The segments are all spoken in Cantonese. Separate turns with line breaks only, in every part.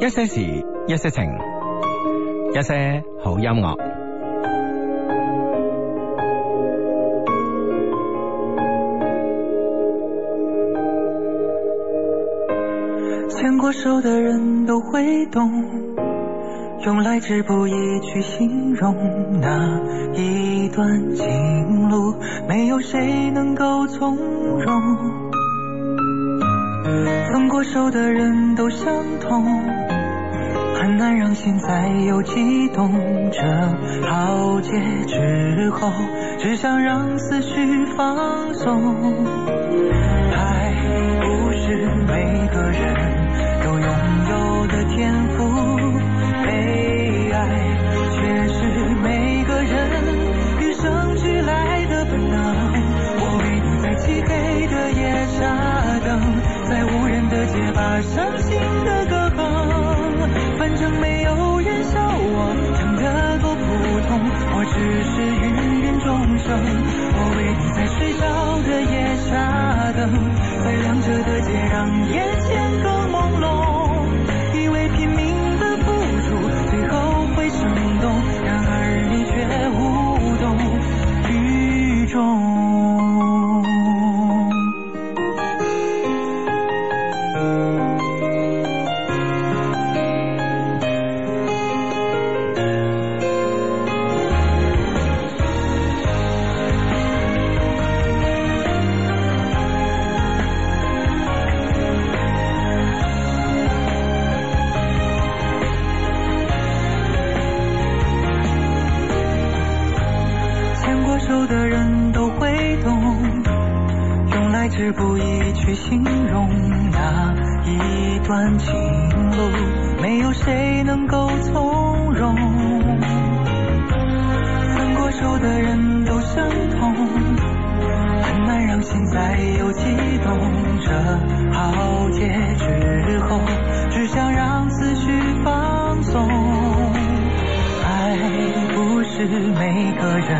一些事，一些情，一些好音樂。
牵过手的人都会懂，用来之不易去形容那一段情路，没有谁能够从容。分过手的人都相同，很难让现在又悸动。这浩劫之后，只想让思绪放松。爱不是每个人都拥有的天赋，被爱却是每个人与生俱来的本能。我为你在漆黑的夜傻等，在无人的街把伤心的歌哼。反正没有人笑我唱得够普通，我只是芸芸众生。我为你在睡着的夜傻等，在亮着的街让眼前更朦胧，以为拼命的付出最后会生动，然而你却无动于衷。牵过手的人都会懂，用来之不易去形容那一段情路，没有谁能够从容。分过手的人都相同，很难让现在又激动。这浩劫之后，只想让思绪放松。爱不是每个人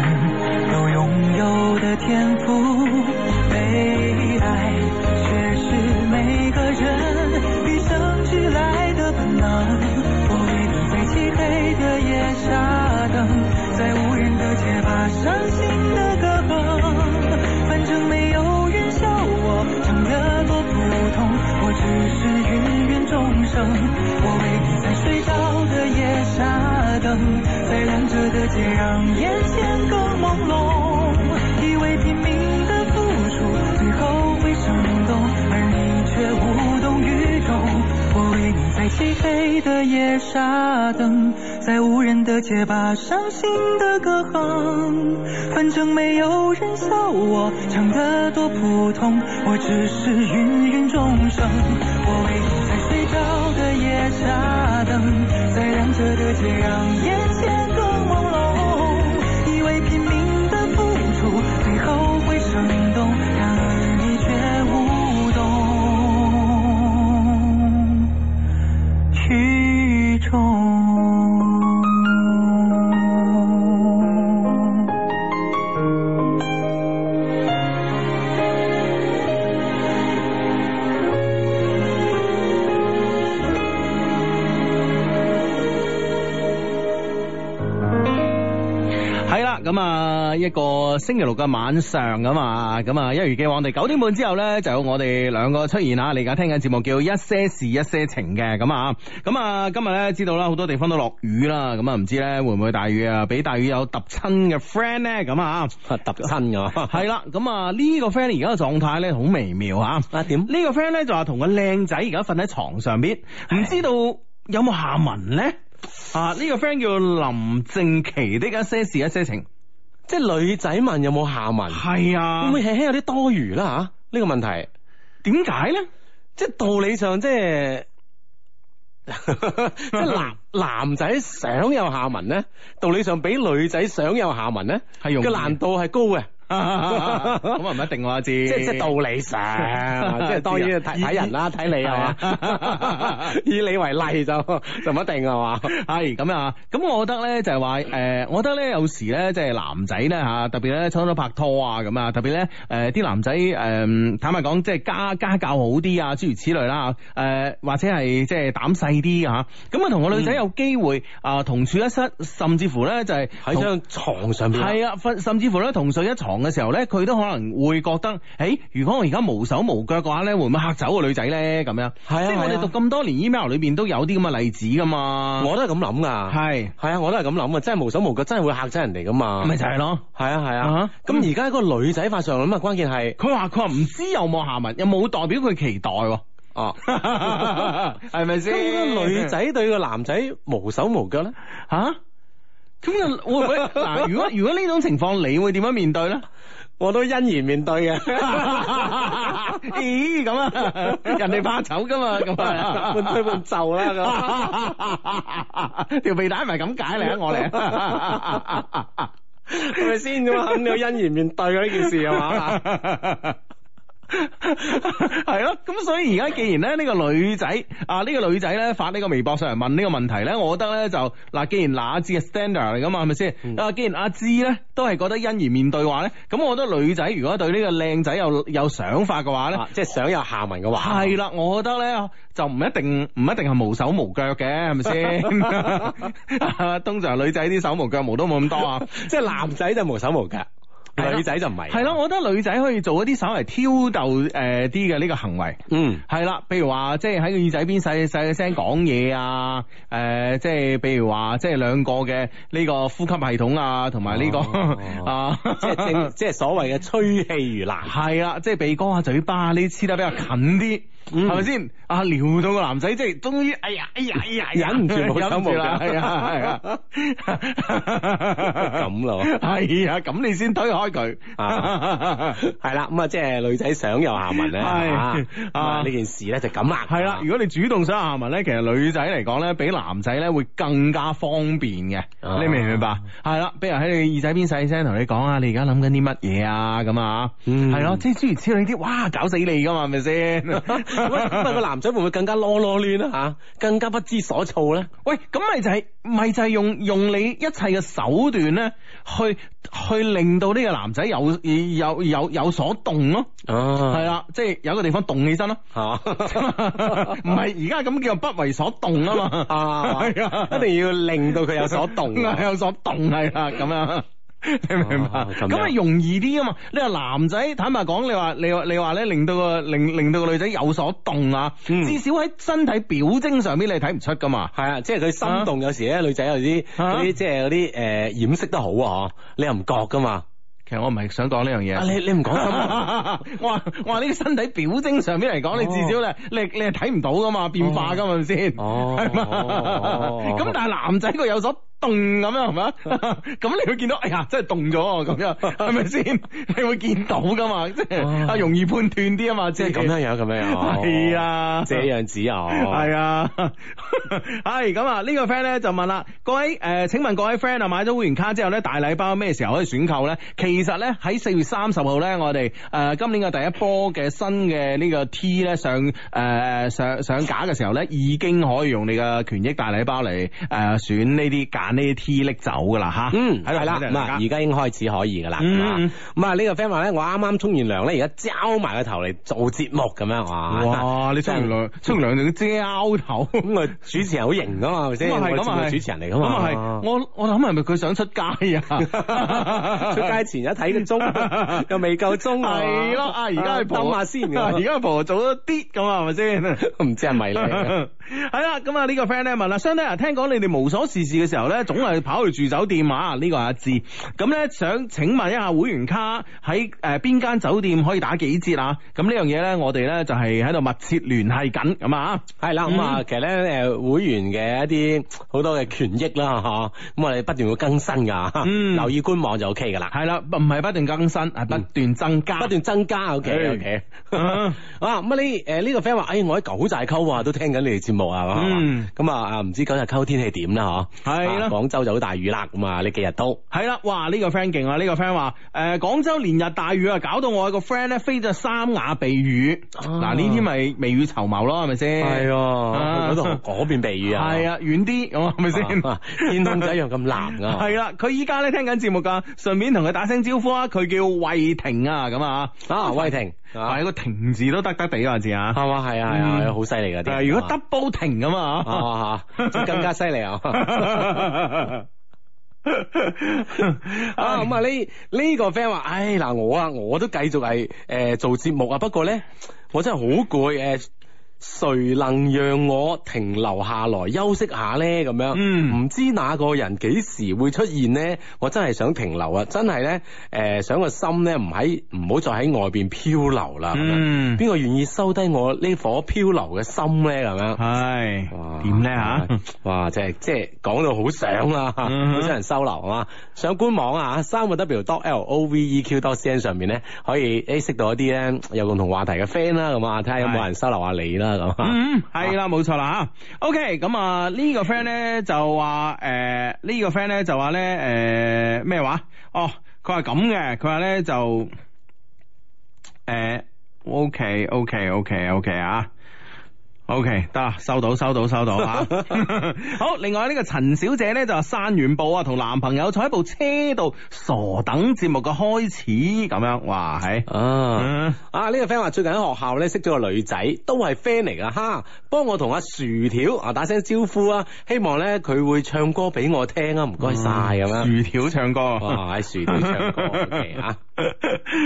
都拥有的天赋，被爱却是每个人与生俱来的本能。我为你在漆黑的夜傻等，在无人的街把伤心的歌哼，反正没有人笑我唱得多普通，我只是芸芸众生。我为你在睡着的夜傻等，在亮着的街让眼前更朦胧，以为拼命的付出最后会生动，而你却无动于衷。我为你在漆黑的夜傻等，在无人的街把伤心的歌哼，反正没有人笑我唱得多普通，我只是芸芸众生。我为你在睡着的夜傻等，在亮着的街让眼前更朦胧，以为拼命的付出最后会生动，然而你却无动于衷。
係啦，咁啊一個星期六嘅晚上咁啊，咁啊一如既往地九點半之後咧，就有我哋兩個出現啊！你而家聽緊節目叫一些事一些情嘅咁啊，咁啊今日咧知道啦，好多地方都落雨啦，咁啊唔知咧會唔會大雨啊？俾大雨有揼親嘅 friend 咧咁 啊，
揼親㗎。
係啦，咁啊呢個 friend 而家嘅狀態咧好微妙啊！
啊點？
呢個 friend 咧就話同個靚仔而家瞓喺床上邊，唔知道有冇下文咧？啊，呢、個 friend 叫林正奇的一些事一些情，
即係女仔問有冇下文，
係
會
啊
唔，會輕輕有啲多餘啦吓？呢個問題，
點解咧？
即係道理上即係。 即係 男男仔想有下文咧，道理上比女仔想有下文咧，
係容易啊
嘅難度係高嘅，
咁啊唔一定喎，阿志，
即係即係道理上， 即係當然睇睇人啦，睇你係啊嘛， 以你為例就就唔一定啊係嘛。
係咁啊，咁我覺得咧就係話誒，我覺得咧有時咧即係男仔咧嚇，特別咧初初拍拖啊咁啊，特別咧誒啲男仔誒、嗯坦白講即係家 家教好啲啊，諸如此類啦誒、或者係即係膽細啲嚇，咁啊同個女仔有機會啊、同處一室，甚至乎咧就係
喺
同
張床上邊，
係啊，瞓甚至乎咧同睡一床嘅時候咧，佢都可能會覺得，誒、如果我而家無手無腳嘅話咧，會唔會嚇走個女仔咧？咁樣，
係啊
即係我
係
哋
啊
讀咁多年 email 裏邊都有啲咁嘅例子噶嘛。
我都係咁諗噶。
係
係啊，我都係咁諗啊，真係無手無腳，真係會嚇親人哋噶嘛。
咪就係咯。
係啊係
啊
啊，咁而家個女仔發上嚟咁啊，關鍵係
佢話佢話唔知有冇下文，又冇代表佢期待喎，
哦，
係咪
咁個女仔對個男仔無手無腳咧，
吓？咁又會唔會嗱？ 如果如果呢種情況，你會點樣面對 咧？
我都欣然面對 嘅。
咦咁啊，人哋怕醜噶嘛，咁啊，
半推半就啦咁。
條鼻帶唔係咁解嚟啊！我嚟。
係咪先咁啊？肯定要欣然面對嘅呢件事係嘛？
係咯，咁所以而家既然咧呢個女仔啊呢、個女仔咧發呢個微博上嚟問呢個問題咧，我覺得咧就嗱、既然嗱阿志嘅 standard 嚟噶嘛，係咪先？啊，既然阿志咧都係覺得欣然面對話咧，咁我覺得女仔如果對呢個靚仔有有想法嘅話咧。
啊即係想有下文嘅話，
係啦，我覺得咧就唔一定唔一定係無手無腳嘅，係咪先？ 通常女仔啲手毛腳毛都冇咁多啊。
即係男仔就無手無腳，
係啦
女仔就唔係。啊
係咯，，我覺得女仔可以做一啲稍微挑逗誒啲嘅呢個行為。
嗯，
係啦，譬如話即係喺個耳仔邊細細聲講嘢啊，誒、即係譬如話即係兩個嘅呢個呼吸系統啊，同埋呢個、
哦
啊，
即係正即係所謂嘅吹氣如男。
係啦，即係鼻哥啊、嘴巴啊呢啲黐得比較近啲，
嗯
係咪先？啊，撩到個男仔，即係終於，哎呀，哎呀，哎呀，哎呀
忍唔住冇手
忍唔住啦，
冇腳
係啊，係啊，
咁咯
係啊，咁你先推開佢，
啊 係啦，咁啊，即係女仔想有下文咧，
係
啊咁
啊
啊呢件事咧就咁啦。啊
係啦，如果你主動想下文咧，其實女仔嚟講咧，比男仔咧會更加方便嘅，
啊
你明唔明白？係啦，比如喺你耳仔邊細聲同你講啊，你而家諗緊啲乜嘢啊咁啊，
嗯
係咯，即係諸如此類啲，哇，搞死你噶嘛，係咪
咁 啊咁啊個
先？
男仔會唔會更加囉囉攣啊？嚇，更加不知所措咧？
喂，咁咪就係、咪就係用用你一切嘅手段咧，去去令到呢個男仔有有有有所動咯，係
啊，
啦，即係有一個地方動起 身咯。
嚇。
唔係而家咁叫不為所動啊嘛，
啊
係啊，
一定要令到佢有所動啊
有所動係啦，咁樣。 你明唔明白？
哦咁樣
咁咪容易啲啊嘛！你話男仔，坦白講，你話你話你話咧，令到個令令到個女仔有所動啊，
嗯
至少喺身體表徵上面你係睇唔出噶嘛。
係啊，即係佢心動有時咧，女仔有啲
啊
嗰啲即係嗰啲誒掩飾得好啊，嗬你又唔覺噶嘛？
其實我唔係想講呢樣嘢啊
啊，你你唔講 心動
我話我話呢個身體表徵上面嚟講，你至少咧，你你係睇唔到噶嘛，變化噶嘛，係咪先？
哦
係嘛
哦
咁但係男仔佢有所動咁樣係 咪啊？咁你會見到，哎呀，真係動咗喎咁樣，係咪先？你會見到噶嘛，即係
哦
啊，容易判斷啲啊嘛，即
即係咁樣
樣。
樣咁樣樣，哦
係，啊，
這樣子啊，
係啊， 係咁啊！呢個 friend 咧就問啦，各位誒、呃，請問各位 friend 啊，買咗會員卡之後咧，大禮包咩時候可以選購咧？其實咧喺四月三十號咧，我哋誒、呃今年嘅第一波嘅新嘅呢個 T 咧上誒、呃上上架嘅時候咧，已經可以用你嘅權益大禮包嚟誒、呃、選呢啲揀呢啲 T 拎走噶啦吓。
嗯，
喺度
係啦，
等
咁
陣大
啊，
家
而家已經開始可以噶啦，
嗯
咁啊咁啊，呢個 friend 話咧，我啱啱沖完涼咧，而家擸埋個頭嚟做節目咁樣，哇，
哇！你沖完涼，沖完涼仲要遮頭。
咁啊，主持人好型噶嘛，係咪先？
咁啊係
我哋
咁啊
節目
係
主持人嚟噶嘛，
咁啊係，我我諗係咪佢想出街啊？
出街前一睇個鐘， 又未夠鐘啊
係咯，啊而家係婆啊
等下先，
而家係婆早咗啲咁啊，係咪先？
唔知係咪 你？
係啦，咁啊呢個 friend 咧問啦，相弟啊，聽講你哋無所事事嘅時候咧，總係跑去住酒店啊，呢個阿志，咁咧想請問一下會員卡喺誒邊間酒店可以打幾折啊？咁呢樣嘢咧，我哋咧就係喺度密切聯繫緊咁啊。
係啦，咁啊，
嗯
其實咧，誒，會員嘅一啲好多嘅權益啦，吓，咁我哋不斷會更新噶，
嗯
留意官網就 OK 噶啦，
係啦，唔係不斷更新，係不斷增加，
嗯不斷增加，OK，OK。
嗯
啊，咁啊呢誒呢個 friend 話，誒我喺九寨溝啊，都聽緊你哋節目啊，係嘛
嗯
咁啊啊，唔知九寨溝天氣點啦，嗬？
係啦啊
廣州就好大雨啦，咁啊呢幾日都。
系啦，哇！呢、個个 friend 劲啊，呢、個个 friend 話诶廣州連日大雨啊，搞到我有個 friend 咧飛咗三亞避雨。嗱呢啲咪未雨綢繆咯，係咪先？
哦係喎
啊
嗰度嗰邊避雨啊，
係啊，遠啲咁啊係咪先？
啊，天空就一樣咁藍啊。
係啦，佢依家咧聽緊節目㗎，順便同佢打聲招呼啊！佢叫慧婷啊，咁啊，
啊，威霆
係個婷字都得得地啊字啊。
係嘛？係啊係啊，
嗯
好犀利噶
但
啲。
係如果 double 停咁啊。
啊 嚇，就更加犀利啊！啊咁啊呢呢個 friend 話，唉嗱我啊我都繼續係誒做節目啊，不過咧我真係好攰誒。誰能讓我停留下來休息下咧？咁樣，
嗯
唔知那個人幾時會出現呢？我真係想停留啊！真係咧，誒、想個心咧唔喺唔好再喺外邊漂流啦。咁樣
嗯，
邊個願意收低我呢顆漂流嘅心咧？咁樣。
係點咧吓？？
哇！即係即係講到好想啦，好
嗯哼
想人收留係嘛？上官網啊，三個 W dot L O V E Q dot C N 上面咧，可以誒識到一啲咧有共同話題嘅 friend 啦，咁啊，睇下有冇人收留下你啦，咁啊。
嗯，系啦，冇錯啦吓。OK，咁啊呢個 friend 咧就話诶呢個 friend 咧就話咧诶咩話？哦，佢話咁嘅，佢話咧就诶 OK OK OK OK 啊。O K，得啦，收到收到收到啊！ 好，另外呢個陳小姐咧就話散完步啊，同男朋友坐喺部車度傻等節目嘅開始咁樣，哇，係，
啊
嗯
啊！呢、個 friend 話最近喺學校咧識咗個女仔，都係 friend 嚟噶哈，幫我同阿薯條啊打聲招呼啊，希望咧佢會唱歌俾我聽啊，唔該晒咁樣。
嗯薯條唱歌，
哇！喺薯條唱歌，OK 啊。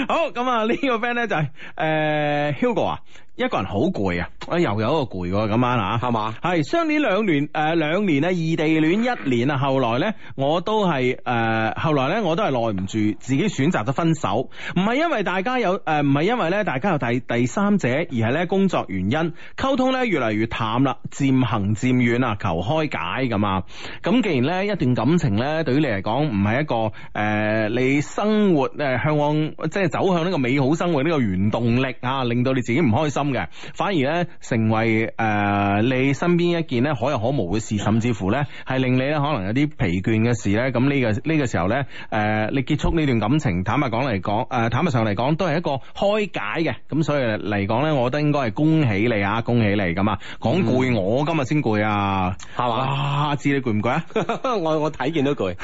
好咁啊，呢個 friend 咧就係诶 Hugo 啊，一個人好攰啊，我又有一個攰喎，今晚啊，
係嘛
係相戀兩年诶，兩年啊，異地戀一年啊，後來咧我都係诶，後來咧我都係耐唔住，自己選擇咗分手，唔係因為大家有诶，唔係因為咧大家有第第三者，而係咧工作原因，溝通咧越嚟越淡啦，漸行漸遠啊，求開解咁啊。咁既然咧一段感情咧對於你嚟講唔係一個誒、呃你生活誒向往即係走向呢個美好生活呢個原動力啊，令到你自己唔開心嘅，反而咧成為誒、呃你身邊一件咧可有可無嘅事，甚至乎咧係令你咧可能有啲疲倦嘅事咧，咁呢、個呢、個時候咧誒、呃你結束呢段感情，坦白講嚟講誒坦白上嚟講都係一個開解嘅，咁所以嚟講咧，我覺得應該係恭喜你啊，恭喜你咁啊！講攰我今日先攰啊，
係嘛
哇，知你攰唔攰啊？
我我睇見都攰，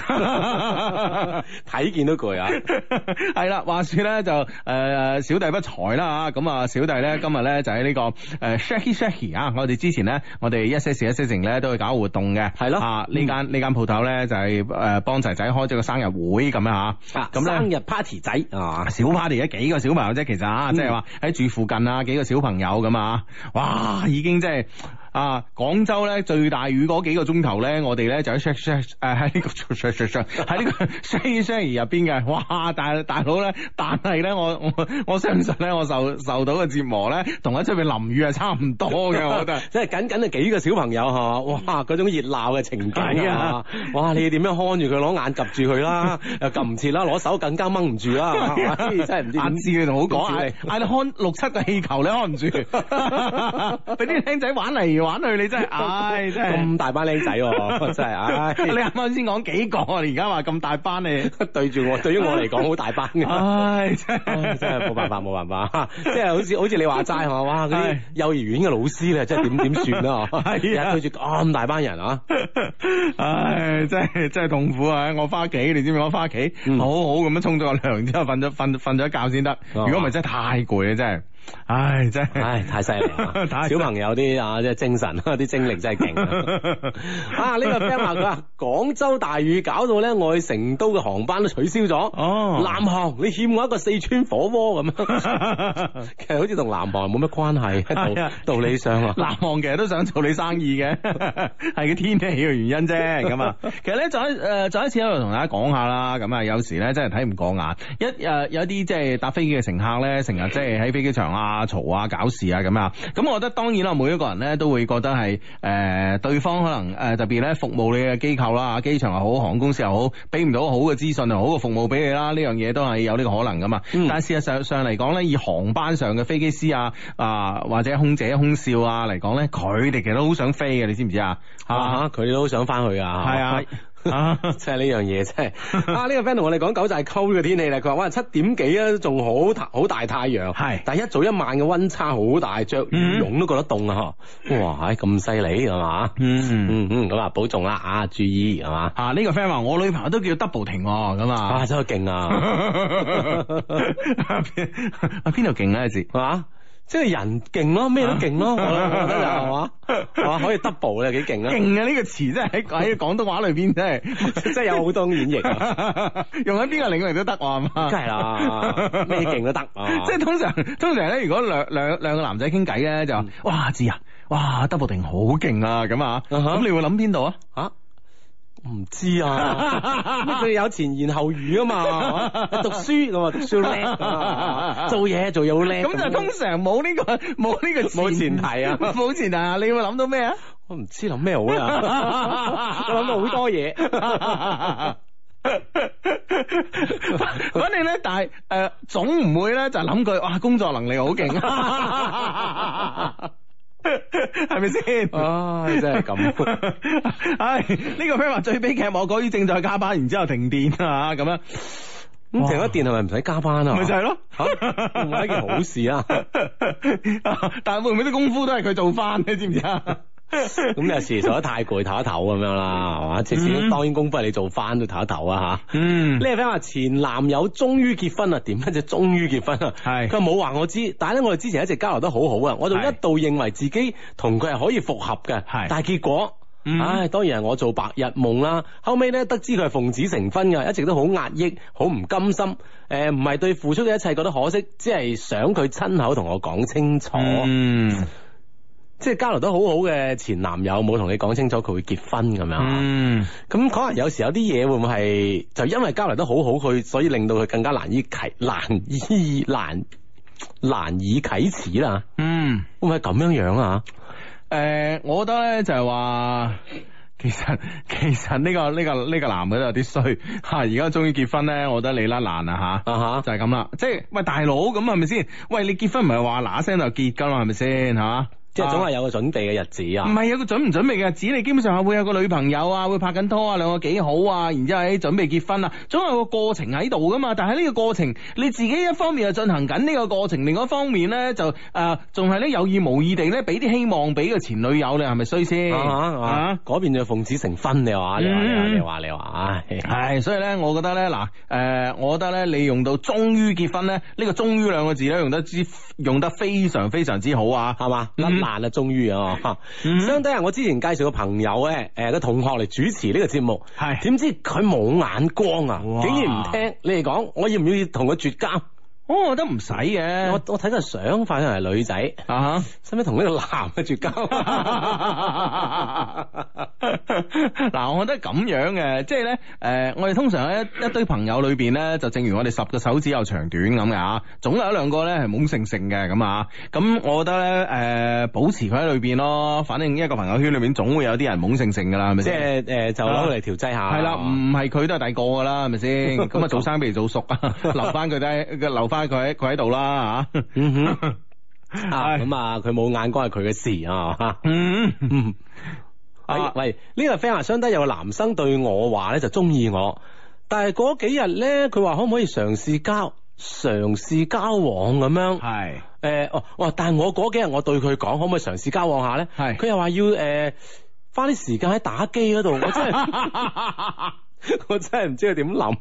睇見都 攰啊！
系啦，話说咧就诶、呃小弟不才啦咁啊小弟咧今日咧就喺呢、個个诶 Shaky Shaky 啊，我哋之前咧我哋一些事一些情咧都會搞活動嘅，
係咯嗯
啊呢間呢間鋪頭咧就係诶幫仔仔開咗個生日會咁樣吓，
啊
咁咧
生日 party 仔啊，
小 party 而家幾個小朋友啫，其實
嗯
啊，即係話喺住附近啊，幾個小朋友咁啊，哇，已經即係啊，廣州咧最大雨嗰幾個鐘頭咧，我哋咧就喺 shake shake 誒喺呢個 shake shake shake 喺呢個 shake shake 入邊嘅，哇！大大佬咧，但係咧，我我我相信咧，我受受到嘅折磨咧，同喺出邊淋雨係差唔多嘅，我覺 得。
即係僅僅係幾個小朋友係 嘛，哇嗰種熱鬧嘅情景
係
啊
啊，
哇你點樣看住佢攞眼及住佢啦， 又及唔切啦，攞手更加掹唔住啦，哇 真係唔知
阿
點
志佢同我講，
點
嗌
處
嗌你看六七個氣球你看唔住， 俾啲僆仔玩嚟玩去，你真係，唉，真係
咁大班僆仔
哦
喎， 真係唉，
你啱啱先講幾個，你而家話咁大班 你，
對住 我，對啊於我嚟講好大班 嘅。
唉真
唉
係
真係冇辦法，冇辦法， 即係好似好似你話 齋係嘛，哇！嗰啲
係
幼兒園嘅老師咧，真 係點點算啦，
係啊
日日對住咁大班人啊，
唉，真係真係痛苦啊！我翻屋企，你知唔知我翻屋企
嗯
好好咁樣沖咗個涼之後，瞓咗瞓瞓咗一覺先得。如果唔係真係太攰啦，啊真係，哦唉，真係。！
唉，太犀利 啦
太犀利
小朋友啲啊，即係精神啊， 啲精力真係 勁啊！啊，呢個 friend 話佢話廣州大雨搞到咧，我去成都嘅航班都取消咗。
哦，
南航，你欠我一個四川火鍋咁樣， 其實好似同南航冇乜關係，
係
道
啊
道理上 啊。
南航其實都想做你生意嘅， 係個天氣嘅原因啫。咁啊，其實咧再誒、呃再一次喺度同大家講下啦。咁啊，有時咧真係睇唔過眼，一誒、呃有啲即係搭飛機嘅乘客咧，成日即係喺飛機場啊嘈啊搞事啊咁啊。咁我覺得當然啦，每一個人咧都會覺得係誒、呃、對方可能誒、呃特別咧服務你嘅機構啦，機場又好，航空公司又好，俾唔到好嘅資訊又好嘅服務俾你啦，呢樣嘢都係有呢個可能噶嘛。
嗯
但係事實上上嚟講咧，以航班上嘅飛機師啊啊或者空姐空少啊嚟講咧，佢哋其實都好想飛嘅，你知唔知啊？
啊！佢哋都好想翻去啊！
係啊 啊
即係呢樣嘢，真 係啊！呢、個 friend 同我哋講九寨溝嘅天氣啦，佢話哇七點幾啊，仲好太好大太陽，
係
但係一早一晚嘅温差好大，着羽絨都覺得凍啊！嗬，哇，唉咁犀利係嘛？
嗯。
嗯嗯，咁啊保重啦啊，注意係嘛？
啊！呢、個 friend 話我女朋友都叫 double 停喎，咁啊
啊，，真係勁啊！
啊 邊度勁咧？字
係嘛？即係人勁咯，咩都勁 咯，我覺得就係嘛，係嘛可以 double 咧，幾勁啊！
勁啊！呢個詞真係喺喺廣東話裏邊真係
真係有好多演繹 啊，
用喺邊個領域都得喎，係嘛？
梗係啦，咩勁都得啊！
即係通常通常咧，如果兩兩兩個男仔傾偈咧，就話
嗯
哇知啊，哇 double 停好勁啊咁啊，
啊哈
咁你會諗邊度啊？
吓？唔知 啊，乜佢有前言後語啊嘛，係嘛讀書咁啊，讀書叻 啊，做嘢做嘢好叻，
咁就通常冇呢 個冇呢個
冇前提啊
冇前提啊，你會諗到咩啊？
我唔知諗咩 好啦，我諗到好多嘢，
反正咧，但係誒、呃，總唔會咧就諗佢哇，工作能力好 勁，係咪先？
唉，真係咁。
唉，呢個 friend 話最悲劇莫過於正在加班，然之後停電啊咁樣，
咁停咗電係咪唔使加班啊？
咪就係咯。
嚇，會唔係一件好事 啊？
但係會唔會啲功夫都係佢做翻你知唔知啊？
咁有時做得太攰，唞一唞咁樣啦，係嘛？即係始
嗯
終當然功夫係你做翻都唞一唞啊嚇。
嗯
呢位 friend 話前男友終於結婚啦，啊點解就終於結婚啦？啊
係
佢冇話我知，但係咧我哋之前一直交流得好好啊，我仲
係
一度認為自己同佢係可以復合嘅，
係
但係結果。
嗯
唉，當然係我做白日夢啦。後尾咧得知佢係奉子成婚嘅，一直都好壓抑，好唔甘心。誒、唔係對付出嘅一切覺得可惜，只係想佢親口同我講清楚。
嗯
即係交流得好好嘅前男友冇同你講清楚佢會結婚咁樣啊。
嗯，
咁可能有時有啲嘢會唔會係就因為交流得好好，佢所以令到佢更加難以啟難以難難以啟齒啦？
嗯。
會唔會係咁樣樣啊？
诶、我覺得咧就係話，其實其實呢、個呢、個呢、個男嘅都有啲衰 吓，而家終於結婚咧，我覺得你啦難啊吓。
啊
就係咁啦，即係喂大佬咁係咪先？喂你結婚唔係話嗱聲就結㗎嘛係咪先吓？
即係總
啊
係有個準備嘅日子
唔
啊！
係有個準唔準備嘅日子，你基本上係會有個女朋友啊，會拍緊拖啊，兩個幾好啊，然之後喺準備結婚啊，總有個過程喺度噶嘛。但係呢個過程，你自己一方面又進行緊呢個過程，另外一方面咧就誒仲係咧有意無意地咧俾啲希望俾個前女友，你係咪衰先
啊啊！嗰邊就奉子成婚，你話你話你話
嗯
你話你話，唉，
係，所以咧，我覺得咧，嗱，誒、我覺得咧，你用到終於結婚咧，呢、個終於兩個字咧，用得之用得非常非常之好啊！
係嘛
嗯
甩難啦，終於啊！哈
嗯
相對係我之前介紹個朋友咧，誒個同學嚟主持呢個節目，
係
點知佢冇眼光啊，
哇
竟然唔聽你哋講，我要唔要同佢絕交？
哦我覺得唔使嘅，
我我睇個相，發現係女仔，
啊 哈
使唔使同呢個男嘅絕交？
嗱，我覺得咁樣嘅，即係咧，誒、我哋通常喺一一堆朋友裏邊咧，就正如我哋十個手指有長短咁嘅啊，總有一兩個咧係懵盛盛嘅咁啊，咁我覺得咧，誒、保持佢喺裏邊咯，反正一個朋友圈裏邊總會有啲人懵盛盛噶啦，係咪
即
先？
係誒，就攞佢嚟調劑下。
係啦，嗯唔係佢都係第個噶啦，係咪 先？咁啊，早生不如早熟啊，留翻佢低，留翻佢喺佢喺度啦嚇。
嗯哼，啊
係
咁啊，佢冇眼光係佢嘅事啊。哈
嗯，
嗯，哎
啊
喂喂，呢個 friend 話相低有個男生對我話咧就中意我，但係嗰幾日咧，佢話可唔可以嘗試交嘗試交往咁樣？
係。
誒哦，哇！但係我嗰幾日我對佢講，可唔可以嘗試交往下咧？
係
佢又話要誒花啲時間喺打機嗰度，我真係 我真係唔知佢點諗。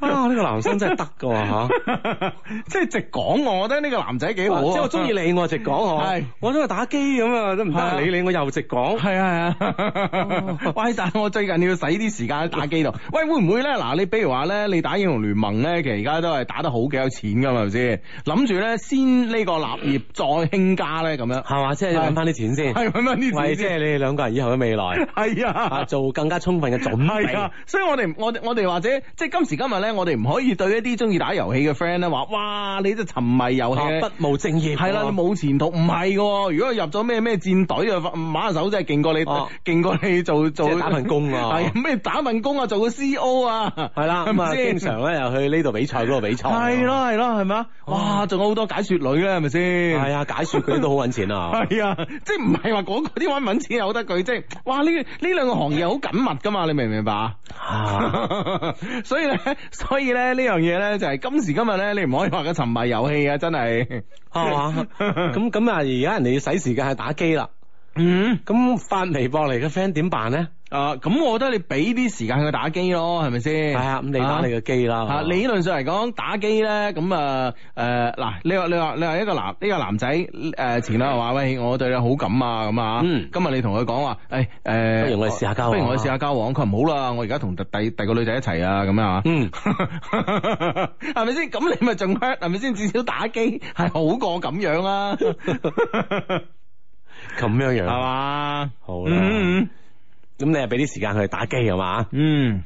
啊！呢個男生真係得㗎 喎嚇，
即係直講，我覺得呢個男仔幾
即
好啊。
係我中意你，我直講
係
我，我中意打機咁啊，都唔
係啊
得你你我又直講。
係啊係
哦
啊， 喂！但係我最近要使啲時間喺打機度。喂，會唔會咧？嗱，你比如話咧，你打英雄聯盟咧，其實而家都係打得好幾有錢噶嘛，係咪先？諗住咧，先呢個立業再興家咧，咁樣
係嘛，即係揾翻啲錢先，
係揾翻啲
喂，
錢
即
先。
係你哋兩個人以後嘅未來
係
啊，
啊，
做更加充分嘅準哦
係係啊，所以我哋唔我哋我哋或者即係今時今日咧，我哋唔可以對一啲中意打遊戲嘅 friend 咧話，哇！你都沉迷遊戲
啊
嘅，
不務啊正業哦
係啦，你冇前途，唔係嘅喎。如果入咗咩咩戰隊啊，馬手真係勁過你
哦，
勁過你做做
即係打份工啊
係咩打份工啊，做個 C.O. 啊，
系啦，咁啊，
係咪先
經常咧又去呢度比賽嗰度比賽，
係咯，係咯係咪啊？哇！仲有好多解說女咧，係咪先？
係啊，解说佢都好揾 錢啊，
係啊，即係唔係話嗰嗰啲揾揾錢由得佢，即係哇呢呢兩個行業好緊密噶嘛，你明唔明白啊？
啊
所以咧，所以咧呢樣嘢咧就係今時今日咧，你唔可以話佢沉迷遊戲啊，真係
係嘛，咁咁啊，而家人哋要使時間去打機啦，
嗯。
咁發微博嚟嘅 friend 點辦咧？
啊，咁、我覺得你俾啲時間佢打機咯，係咪先？
係啊，咁你打你嘅機啦，
嗯啊，理論上嚟講，打機咧，咁啊，誒嗱，你話你話你話一個男呢個男仔誒前兩日話喂，我對你好感啊，咁啊，
嗯
今日你同佢講話，誒誒，
不如我哋試下
不
交往啊
如我哋試下交往，佢話唔好啦，我而家同第第第個女仔一齊啊，咁啊，
嗯，
係咪先？咁你咪仲 hurt 係咪先？至少打機係好過咁樣啊，係
咁樣樣，
嘛？
好啦，
嗯
咁你係俾啲時間佢打機係嘛？
嗯。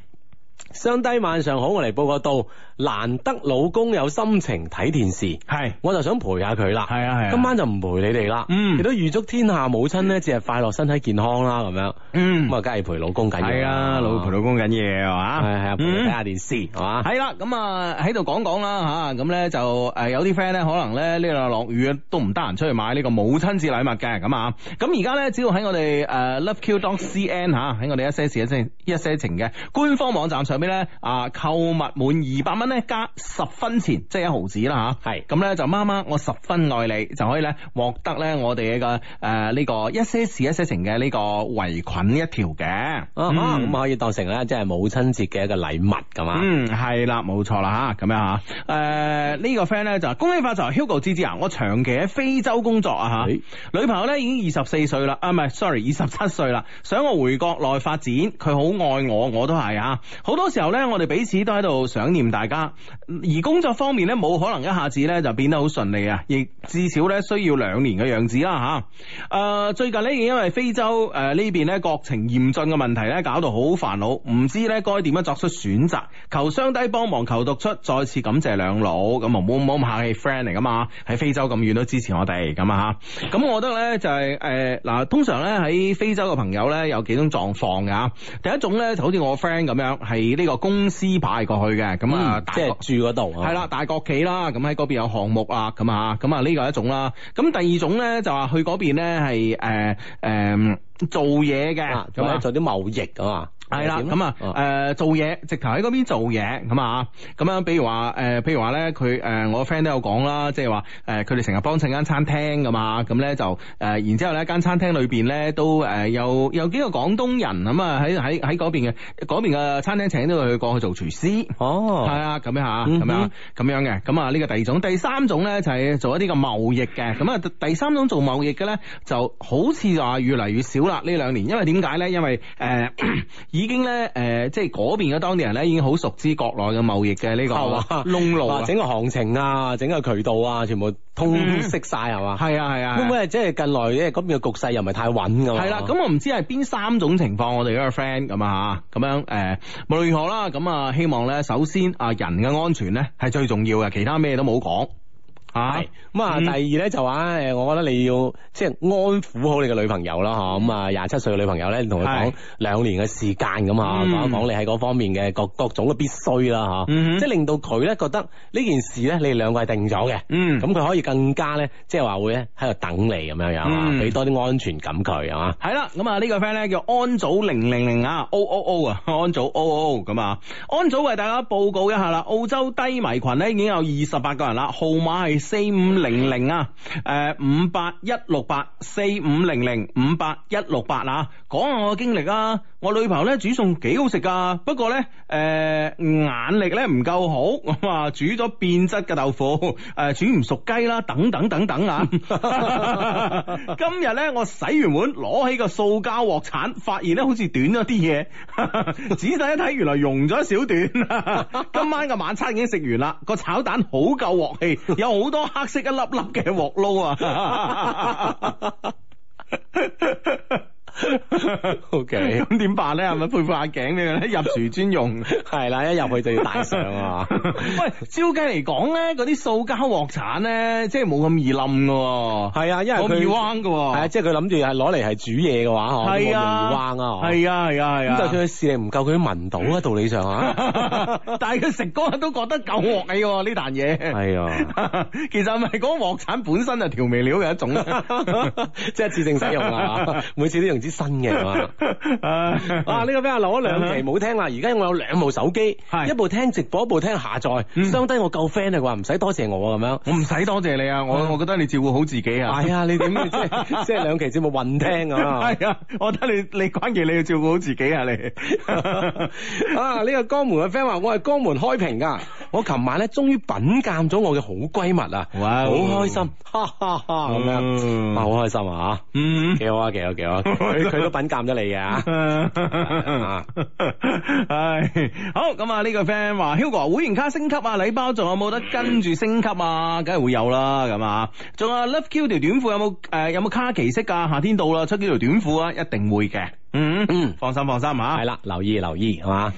相低晚上好，我嚟報個到，難得老公有心情睇電視，
係
我就想陪下佢啦。
係啊係啊
今晚就唔陪你哋啦。
嗯
亦都預祝天下母親呢，節日快樂，身體健康啦，咁樣。
嗯
咁啊，梗係陪老公緊要。
係啊，老陪老公緊要啊，
係係啊，陪佢睇
嗯
下電視係嘛。
係啦，咁啊喺度講講啦吓，咁咧就誒有啲 friend 咧可能咧呢度落雨啊都唔得閒出去買呢個母親節禮物嘅咁啊，咁而家咧只要喺我哋呃誒 loveq.cn 吓，喺我哋一些事一些一些情嘅官方網站上邊咧啊購物滿二百蚊咧加十分錢，即係一毫子啦吓，
係
咁咧就媽媽我十分愛你，就可以咧獲得咧我哋嘅誒呢個一些事一些情嘅呢個圍裙一條嘅，
啊
嗯
哈，咁可以當成咧，即係母親節嘅一個禮物咁嘛。
嗯，係啦，冇錯啦吓，咁樣吓。诶、呢、個 friend 咧就話恭喜發財，Hugo 芝芝啊！我長期喺非洲工作啊吓，
咦
女朋友咧已經二十四歲啦，啊唔係，sorry，二十七歲啦，想我回國內發展，佢好愛我，我都係啊。好多時候咧，我哋彼此都喺度想念大家，而工作方面咧冇可能一下子咧就變得好順利啊，亦至少咧需要兩年嘅樣子啦吓。诶、最近呢，亦因為非洲诶呢邊咧國情嚴峻嘅問題咧，搞到好煩惱，唔知咧該點樣作出選擇，求相低幫忙，求讀出，再次感謝兩老，咁啊冇冇咁客氣，friend 嚟噶嘛，喺非洲咁遠都支持我哋咁啊吓，咁我覺得咧就係誒嗱，通常咧喺非洲嘅朋友咧有幾種狀況㗎吓，第一種咧就好似我 friend 咁樣，係呢個公司派過去嘅，咁啊
嗯
大
即係
國
住嗰度啊。
係啦，大國企啦，咁喺嗰邊有項目啊，咁啊，咁啊呢個一種啦。咁啊第二種咧就話去嗰邊咧係誒誒做嘢
啊，
嘅，
咁
咁
啊
啊。
做啲貿易啊嘛。
係啦，
點
咁啊，誒、做嘢，直頭喺嗰邊做嘢，咁啊，咁樣，比如話，誒、譬如話咧，佢誒、我 friend 都有講啦，即係話，誒、佢哋成日幫襯間餐廳噶嘛，咁咧就誒、然之後咧間餐廳裏邊咧都誒、有有幾個廣東人咁啊，喺喺喺嗰邊嘅嗰邊嘅餐廳請咗佢過去做廚師。
哦
系，啊，咁樣吓，
嗯
咁樣
哼
咁樣嘅，咁啊呢個第二種，第三種咧就係做一啲嘅貿易嘅，咁啊第三種做貿易嘅咧就好似話越嚟越少啦呢兩年，因為點解咧？因為誒、 呃已經咧誒、呃即係嗰邊嘅當地人咧已經好熟知國內嘅貿易嘅呢
係嘛
個窿路
啊
啊，嗯
整個行情啊，整個渠道啊，全部通識晒係嘛？
係啊係啊，
會唔會係即係近來咧咁嘅局勢又唔係太穩㗎嘛？
係啦，咁我唔知係邊三種情況，我哋嗰個 friend 咁啊吓，咁樣誒，無論如何啦，咁啊希望咧，首先啊人嘅安全咧係最重要嘅，其他咩都冇講啊
係。咁啊，
嗯
第二咧就話誒，我覺得你要即係安撫好你嘅女朋友啦，嗬咁啊，廿七歲嘅女朋友咧，你同
嗯
佢
係
講兩年嘅時間咁啊，
嗯
講一講你喺嗰方面嘅各各種嘅必須啦，
嗯哼
嗬，即係令到佢咧覺得呢件事咧，你哋兩個係定咗嘅，
嗯
咁佢可以更加咧，即係話會咧喺度等你咁樣樣啊
嗯，
俾多啲安全感佢係嘛。
系啦，咁啊呢個 friend 咧叫安祖零零零啊，O O O 啊，安祖 O O O 咁啊，安祖為大家報告一下啦，澳洲低迷群咧已經有二十八個人啦，號碼係四五零零啊，诶五八一六八四五零零五八一六八啊，講下我嘅經歷啊，我女朋友咧煮餸幾好食噶，不過咧诶、眼力咧唔夠好，咁啊煮咗變質嘅豆腐， 诶、煮唔熟雞啦，等等等等啊。 今日咧，我洗完碗，攞起個塑膠鑊鏟，發現咧好似短咗啲嘢， 仔細一睇，原來溶咗少段。 今晚嘅晚餐已經食完啦，個炒蛋好夠鑊氣，有好多黑色一 粒粒嘅鑊撈啊！
O K，
咁點辦咧？係咪配副眼鏡俾佢咧？入廚專用。
係啦，一入去就要戴上啊 嘛。
喂，照計嚟講咧，嗰啲塑膠鑊鏟咧，即係冇咁易冧噶，
係啊，因為
冇咁易
佢
彎噶。
係啊，即係佢諗住係攞嚟係煮嘢嘅話，嗬，冇咁容易
係啊，
彎啊，嗬
係啊，係啊，係啊。
咁就算佢視力唔夠，佢都聞到 啊，道理上啊，
但係佢食嗰個都覺得夠鑊氣喎，呢壇嘢。
係啊。
其實係咪嗰個鑊鏟本身就調味料嘅一種咧？
即係一次性使用啦， 每次都用支新嘅係嘛。 啊！呢、個俾我留咗兩期冇聽啦，而家我有兩部手機，
係
一部聽直播，一部聽下載。
嗯
相低我夠 friend 啊，佢話唔使多謝我啊咁樣。
我唔使多謝你啊，我我覺得你照顧好自己啊。
係啊，你點 即係即係兩期節目混聽啊？
係啊，我覺得你你關鍵你要照顧好自己啊， 你。
啊！呢、個江門嘅 friend 話：我係江門開平㗎，我琴晚咧終於品鑑咗我嘅好閨蜜啊，
哇
好開心，哈哈哈咁
嗯
樣，啊好開心啊！
嗯。
幾好啊，幾好，幾 好啊！佢佢都品鑑咗你嘅啊。
唉，好咁啊！呢個 friend 話，Hugo 會員卡升級啊，禮包仲有冇得跟住升級啊？梗係會有啦，咁啊！仲有 Love Q 條短褲有冇誒、有冇卡其色啊？夏天到啦，出幾條短褲啊，一定會嘅。嗯
嗯
放心放心啊吓
系。啦，留意留意，係嘛？